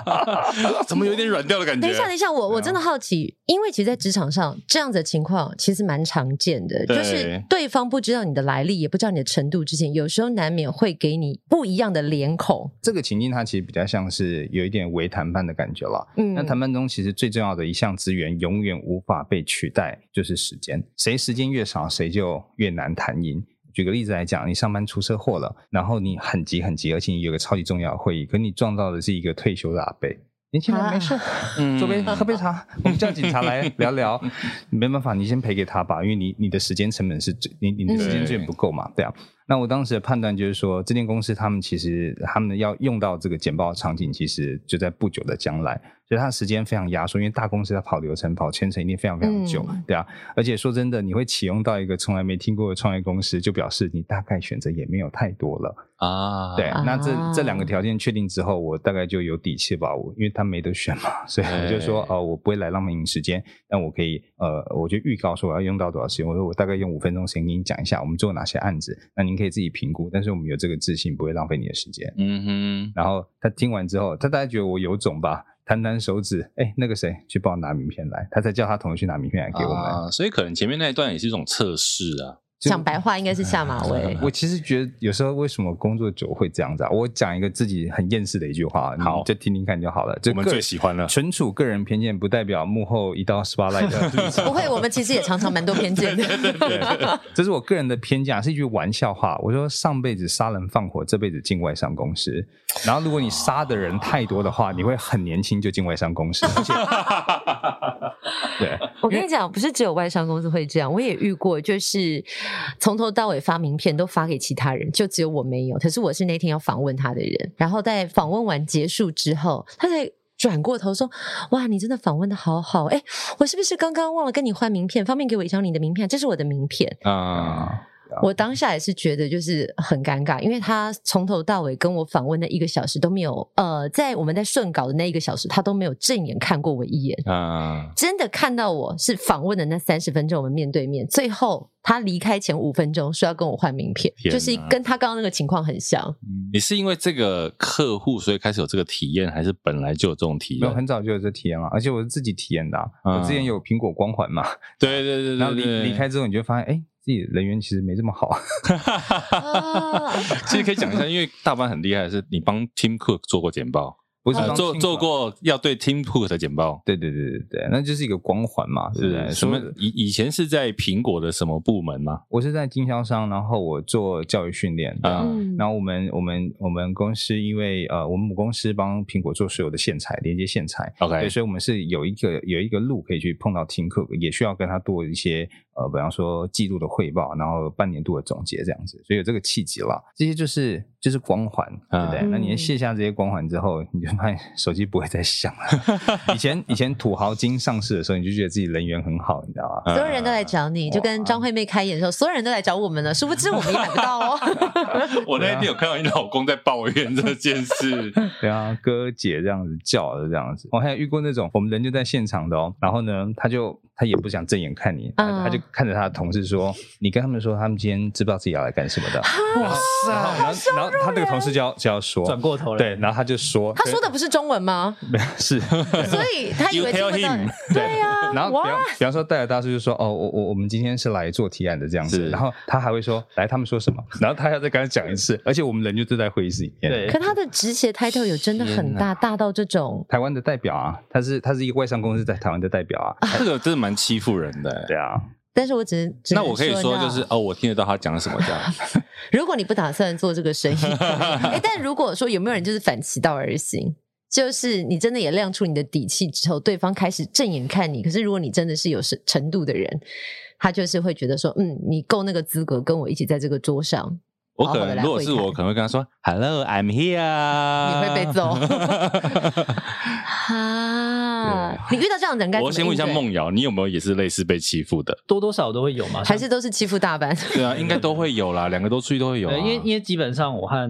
A: 怎么有点软掉的感觉？
B: 等一下，等一下，我我真的好奇，因为其实，在职场上这样子的情况其实蛮常见的，
A: 对
B: 就是对方不知道你的来历，也不知道你的程度之前，有时候难免会给你不一样的脸孔。
D: 这个情境它其实比较像是有一点微谈判的感觉了。
B: 嗯，
D: 那谈判中其实最重要的一项资源永远无法被取代，就是时间。谁时间越少，谁就越难谈赢。举个例子来讲，你上班出车祸了，然后你很急很急，而且你有个超级重要的会议，可你撞到的是一个退休的阿伯。年轻人
B: 啊
D: 没事，
A: 嗯
D: 坐杯喝 杯茶，我们叫警察来聊聊。没办法，你先赔给他吧，因为你你的时间成本是最你你
B: 嗯
D: 的时间最不够嘛，对啊。那我当时的判断就是说，这间公司他们其实他们要用到这个简报的场景，其实就在不久的将来，所以它的时间非常压缩，因为大公司要跑流程、跑全程一定非常非常久，
B: 嗯
D: 对啊。而且说真的，你会启用到一个从来没听过的创业公司，就表示你大概选择也没有太多了。
A: 啊，
D: 对，那这
B: 啊
D: 这两个条件确定之后，我大概就有底气吧。我因为他没得选嘛，所以
A: 哎
D: 我就说，呃，我不会来浪费你时间，但我可以，呃，我就预告说我要用到多少时间。我说我大概用五分钟时间给你讲一下我们做哪些案子，那您可以自己评估。但是我们有这个自信，不会浪费你的时间。
A: 嗯
D: 然后他听完之后，他大概觉得我有种吧，弹弹手指，哎，那个谁去帮我拿名片来，他才叫他同学去拿名片来
A: 哼，
D: 给我们。
A: 啊，所以可能前面那一段也是一种测试啊。
D: 就。
B: 讲白话应该是下马威
A: 嗯
D: 我其实觉得有时候为什么工作久会这样子啊？我讲一个自己很厌世的一句话，你
A: 好
D: 就听听看就好了。这
A: 我们
D: 个
A: 最喜欢了
D: 纯属个人偏见，不代表幕后一道 spotlight 的立场
B: 不会，我们其实也常常蛮多偏见的。
D: 这是我个人的偏见，啊是一句玩笑话。我说上辈子杀人放火，这辈子进外商公司。然后如果你杀的人太多的话，你会很年轻就进外商公司，而且对。
B: 我跟你讲，不是只有外商公司会这样，我也遇过，就是从头到尾发名片都发给其他人，就只有我没有。可是我是那天要访问他的人，然后在访问完结束之后，他才。转过头说：“哇，你真的访问的好好！哎，我是不是刚刚忘了跟你换名片？方便给我一张你的名片？这是我的名片。”
A: 啊，
B: 我当下也是觉得就是很尴尬，因为他从头到尾跟我访问那一个小时都没有，呃，在我们在顺稿的那一个小时，他都没有正眼看过我一眼。
A: 啊，
B: 真的看到我是访问的那三十分钟，我们面对面，最后他离开前五分钟说要跟我换名片，
A: 天哪
B: 就是跟他刚刚那个情况很像。
D: 嗯
A: 你是因为这个客户所以开始有这个体验，还是本来就有这种体
D: 没有
A: 验？
D: 很早就有这体验了，而且我是自己体验的啊、
A: 嗯
D: 我之前有苹果光环嘛，
A: 对对对对，
D: 然后离
A: 对
D: 离开，之后，你就会发现，哎，自己人缘其实没这么好。啊
B: 哦
A: 其实可以讲一下，因为大班很厉害，的是你帮 Tim Cook 做过简报，
D: 不是啊
A: 呃
D: 帮
A: 做
D: 亲
A: 做
D: 嘛？
A: 过要对 Tim Cook 的简报。
D: 对对对对对，那就是一个光环嘛，对不对？
A: 什么
D: 说？
A: 以以前是在苹果的什么部门吗？
D: 我是在经销商，然后我做教育训练
A: 啊
D: 啊。
B: 嗯
D: 然后我们我们我们公司因为呃，我们母公司帮苹果做所有的线材连接线材
A: OK
D: 对，所以我们是有一个有一个路可以去碰到 Tim Cook，也需要跟他做一些呃，比方说季度的汇报，然后半年度的总结这样子，所以有这个契机啦。这些就是就是光环，对不对？
B: 嗯
D: 那你卸下这些光环之后，你就发现手机不会再响了。以前以前土豪金上市的时候，你就觉得自己人缘很好，你知道吗？
A: 嗯
B: 所有人都来找你，就跟张惠妹开演的时候，所有人都来找我们了，殊不知我们也买不到 哦。
A: 我那一天有看到你老公在抱怨这件 事，
D: 对啊，哦哥姐这样子叫的这样子。我还有遇过那种我们人就在现场的哦，然后呢，他就他也不想正眼看你，他
B: 嗯
D: 他就看着他的同事说：“你跟他们说，他们今天知不知道自己要来干什么的？”
A: 哇
D: 然后，然
A: 塞，
D: 后，然后他那个同事就要就要说，
E: 转过头来，
D: 对，然后他就说，
B: 他说的不是中文吗？
D: 对是，
B: 所以他 以
A: You
B: 为听
A: tell
B: 不到
A: him。
D: 对
B: 呀
D: 然后比方
B: 哇
D: 比方说戴尔大叔就说：“哦，我我我们今天是来做提案的这样子。
A: 是”
D: 然后他还会说：“来，他们说什么？”然后他要再跟他讲一次，而且我们人就坐在会议室里面。
E: 对
B: 可他的职衔 title 有真的很
A: 天
B: 大，大到这种
D: 台湾的代表啊，他是他是一个外商公司在台湾的代表啊，
A: 这个真的蛮欺负人的欸。
D: 对啊，
B: 但是我只只
A: 那
B: 能
A: 我可以说
B: 呢
A: 就是哦，我听得到他讲什么这样。
B: 如果你不打算做这个生意， 哎，但如果说有没有人就是反其道而行，就是你真的也亮出你的底气之后，对方开始正眼看你，可是如果你真的是有是程度的人，他就是会觉得说，嗯，你够那个资格跟我一起在这个桌上，
A: 我可
B: 好我们来
A: 能如果是
B: 会谈
A: 我，可能会跟他说 “Hello, I'm here”，
B: 你
A: 你
B: 会 被揍
F: 啊，
B: 你遇到这样的人该
A: 我
B: 怎
A: 先
B: 么
A: 问一下
B: 应对？
A: 梦瑶，你有没有也是类似被欺负的？
E: 多多少少都会有嘛，
B: 还是都是欺负 大班？
A: 对啊，应该都会有啦，两个都出去都会有、啊。
E: 对，因为因为基本上我和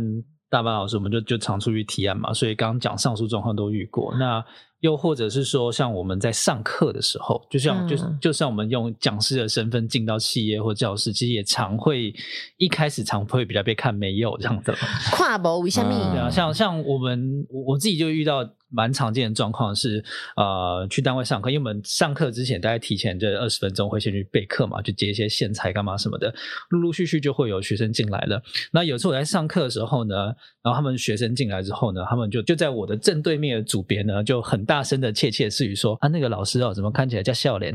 E: 大班老师，我们就就常出去提案嘛，所以刚刚讲上述状况都遇过。
A: 嗯
E: 那又或者是说，像我们在上课的时候，就像、就
B: 嗯
E: 就像我们用讲师的身份进到企业或教室，其实也常会一开始常会比较被看没有这样的嘛。
B: 跨博为下面
A: 嗯
E: 对啊，像像我们我我自己就遇到蛮常见的状况是，呃，去单位上课，因为我们上课之前大概提前这二十分钟会先去备课嘛，就接一些线材干嘛什么的，陆陆续续就会有学生进来了。那有时候我在上课的时候呢，然后他们学生进来之后呢，他们就就在我的正对面的组别呢，就很大声的窃窃私语说啊，那个老师哦，怎么看起来叫笑脸？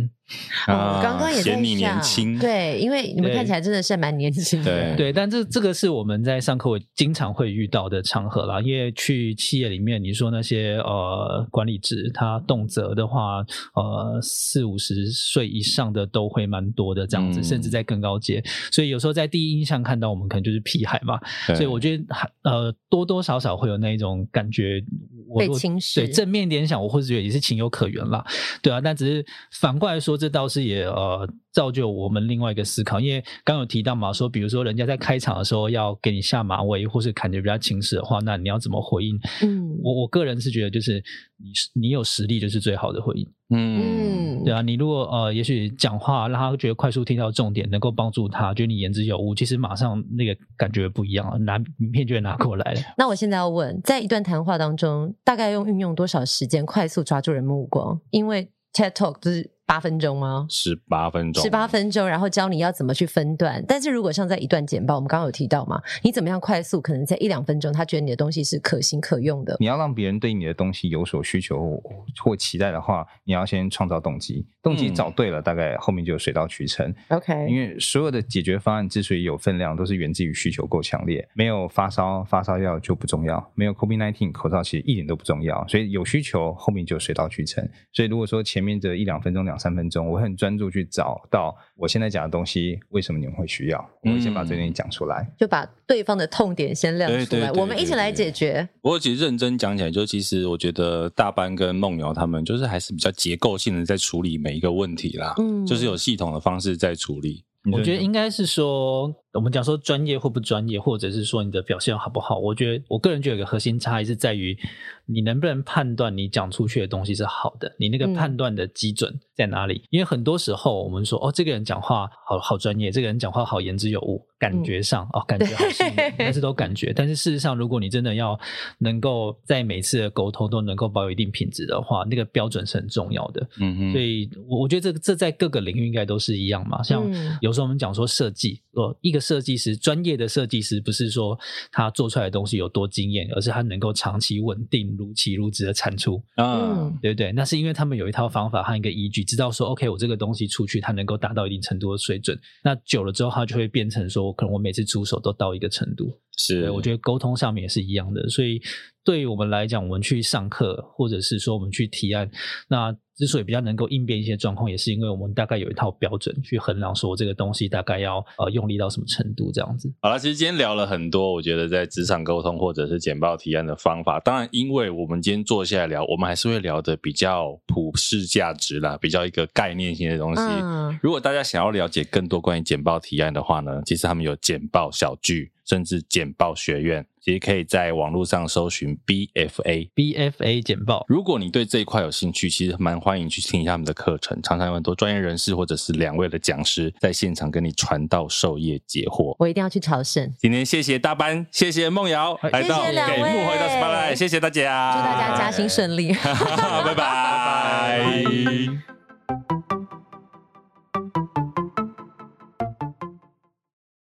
B: 哦
A: 啊
B: 刚刚也在
A: 嫌你年
B: 想
A: 轻
B: 对，因为你们
E: 对
B: 看起来真的是蛮年轻的。
A: 对
E: 对，但这这个是我们在上课我经常会遇到的场合啦，因为去企业里面，你说那些呃管理职，他动辄的话，呃四五十岁以上的都会蛮多的这样子，
A: 嗯
E: 甚至在更高阶，所以有时候在第一印象看到我们可能就是屁孩嘛，
A: 对
E: 所以我觉得还呃多多少少会有那一种感觉，我
B: 被
E: 若
B: 轻视
E: 对正面点想，我会觉得也是情有可原啦，对啊，但只是反过来说，这倒是也呃造就我们另外一个思考，因为刚有提到嘛，说比如说人家在开场的时候要给你下马威，或是感觉比较轻视的话，那你要怎么回应？
B: 嗯
E: 我我个人是觉得就是你你有实力就是最好的回应。
A: 嗯，
B: 嗯
E: 对，啊，你如果呃，也许讲话让他觉得快速听到重点，能够帮助他，觉得你言之有物，其实马上那个感觉不一样了，拿名片就会拿过来了。
B: 那我现在要问，在一段谈话当中，大概用运用多少时间快速抓住人目光？因为 TED Talk 不是八分钟吗？
A: 十八分钟，
B: 十八分钟，然后教你要怎么去分段。但是如果像在一段简报，我们刚刚有提到嘛，你怎么样快速，可能在一两分钟，他觉得你的东西是可行可用的。
D: 你要让别人对你的东西有所需求或期待的话，你要先创造动机，动机
A: 嗯
D: 找对了，大概后面就水到渠成。因
B: OK，
D: 为所有的解决方案之所以有分量，都是源自于需求够强烈。没有发烧，发烧药就不重要；没有 COVID-19 口罩，其实一点都不重要。所以有需求，后面就水到渠成。所以如果说前面这一两分钟、两三分钟，我会很专注去找到我现在讲的东西，为什么你们会需要？我会先把这点讲出来。
B: 就把对方的痛点先亮出来，
A: 对对对
B: 我们一起来解决。
A: 不过其实认真讲起来，就其实我觉得大班跟梦瑶他们就是还是比较结构性的在处理每一个问题啦，
B: 嗯
A: 就是有系统的方式在处理。
E: 嗯我觉得应该是说，我们讲说专业或不专业，或者是说你的表现好不好。我觉得我个人觉得有个核心差异是在于，你能不能判断你讲出去的东西是好的，你那个
B: 嗯
E: 判断的基准在哪里？因为很多时候我们说，哦，这个人讲话好好专业，这个人讲话好言之有
B: 嗯
E: 物，感觉上、哦，感觉好细腻，但是都感觉。但是事实上，如果你真的要能够在每次的沟通都能够保有一定品质的话，那个标准是很重要的。
A: 嗯哼，
E: 所以我我觉得这个这在各个领域应该都是一样嘛。像
B: 嗯
E: 有时候我们讲说设计，呃，一个设计师专业的设计师不是说他做出来的东西有多惊艳，而是他能够长期稳定、如期如质的产出，
A: 嗯，
E: 对不对？那是因为他们有一套方法和一个依据，知道说 OK，我这个东西出去，它能够达到一定程度的水准。那久了之后，它就会变成说，我可能我每次出手都到一个程度。
A: 是，
E: 对，我觉得沟通上面也是一样的。所以对于我们来讲，我们去上课，或者是说我们去提案，那之所以比较能够应变一些状况，也是因为我们大概有一套标准去衡量，说这个东西大概要呃用力到什么程度这样子。
A: 好了，其实今天聊了很多，我觉得在职场沟通或者是简报提案的方法。当然，因为我们今天坐下来聊，我们还是会聊的比较普世价值啦，比较一个概念性的东西。
B: 嗯，
A: 如果大家想要了解更多关于简报提案的话呢，其实他们有简报小聚，甚至简报学院。其实可以在网络上搜寻 BFA。
E: BFA 简报。
A: 如果你对这一块有兴趣，其实蛮欢迎去听一下他们的课程，常常有很多专业人士或者是两位的讲师在现场跟你传道授业解惑。
G: 我一定要去朝圣。
A: 今天谢谢大班，谢谢梦瑶来到
G: 哎谢谢两
A: 给幕后
G: 位
A: 到 s p a 谢谢大家，
G: 祝大家加薪顺利。
A: 拜拜。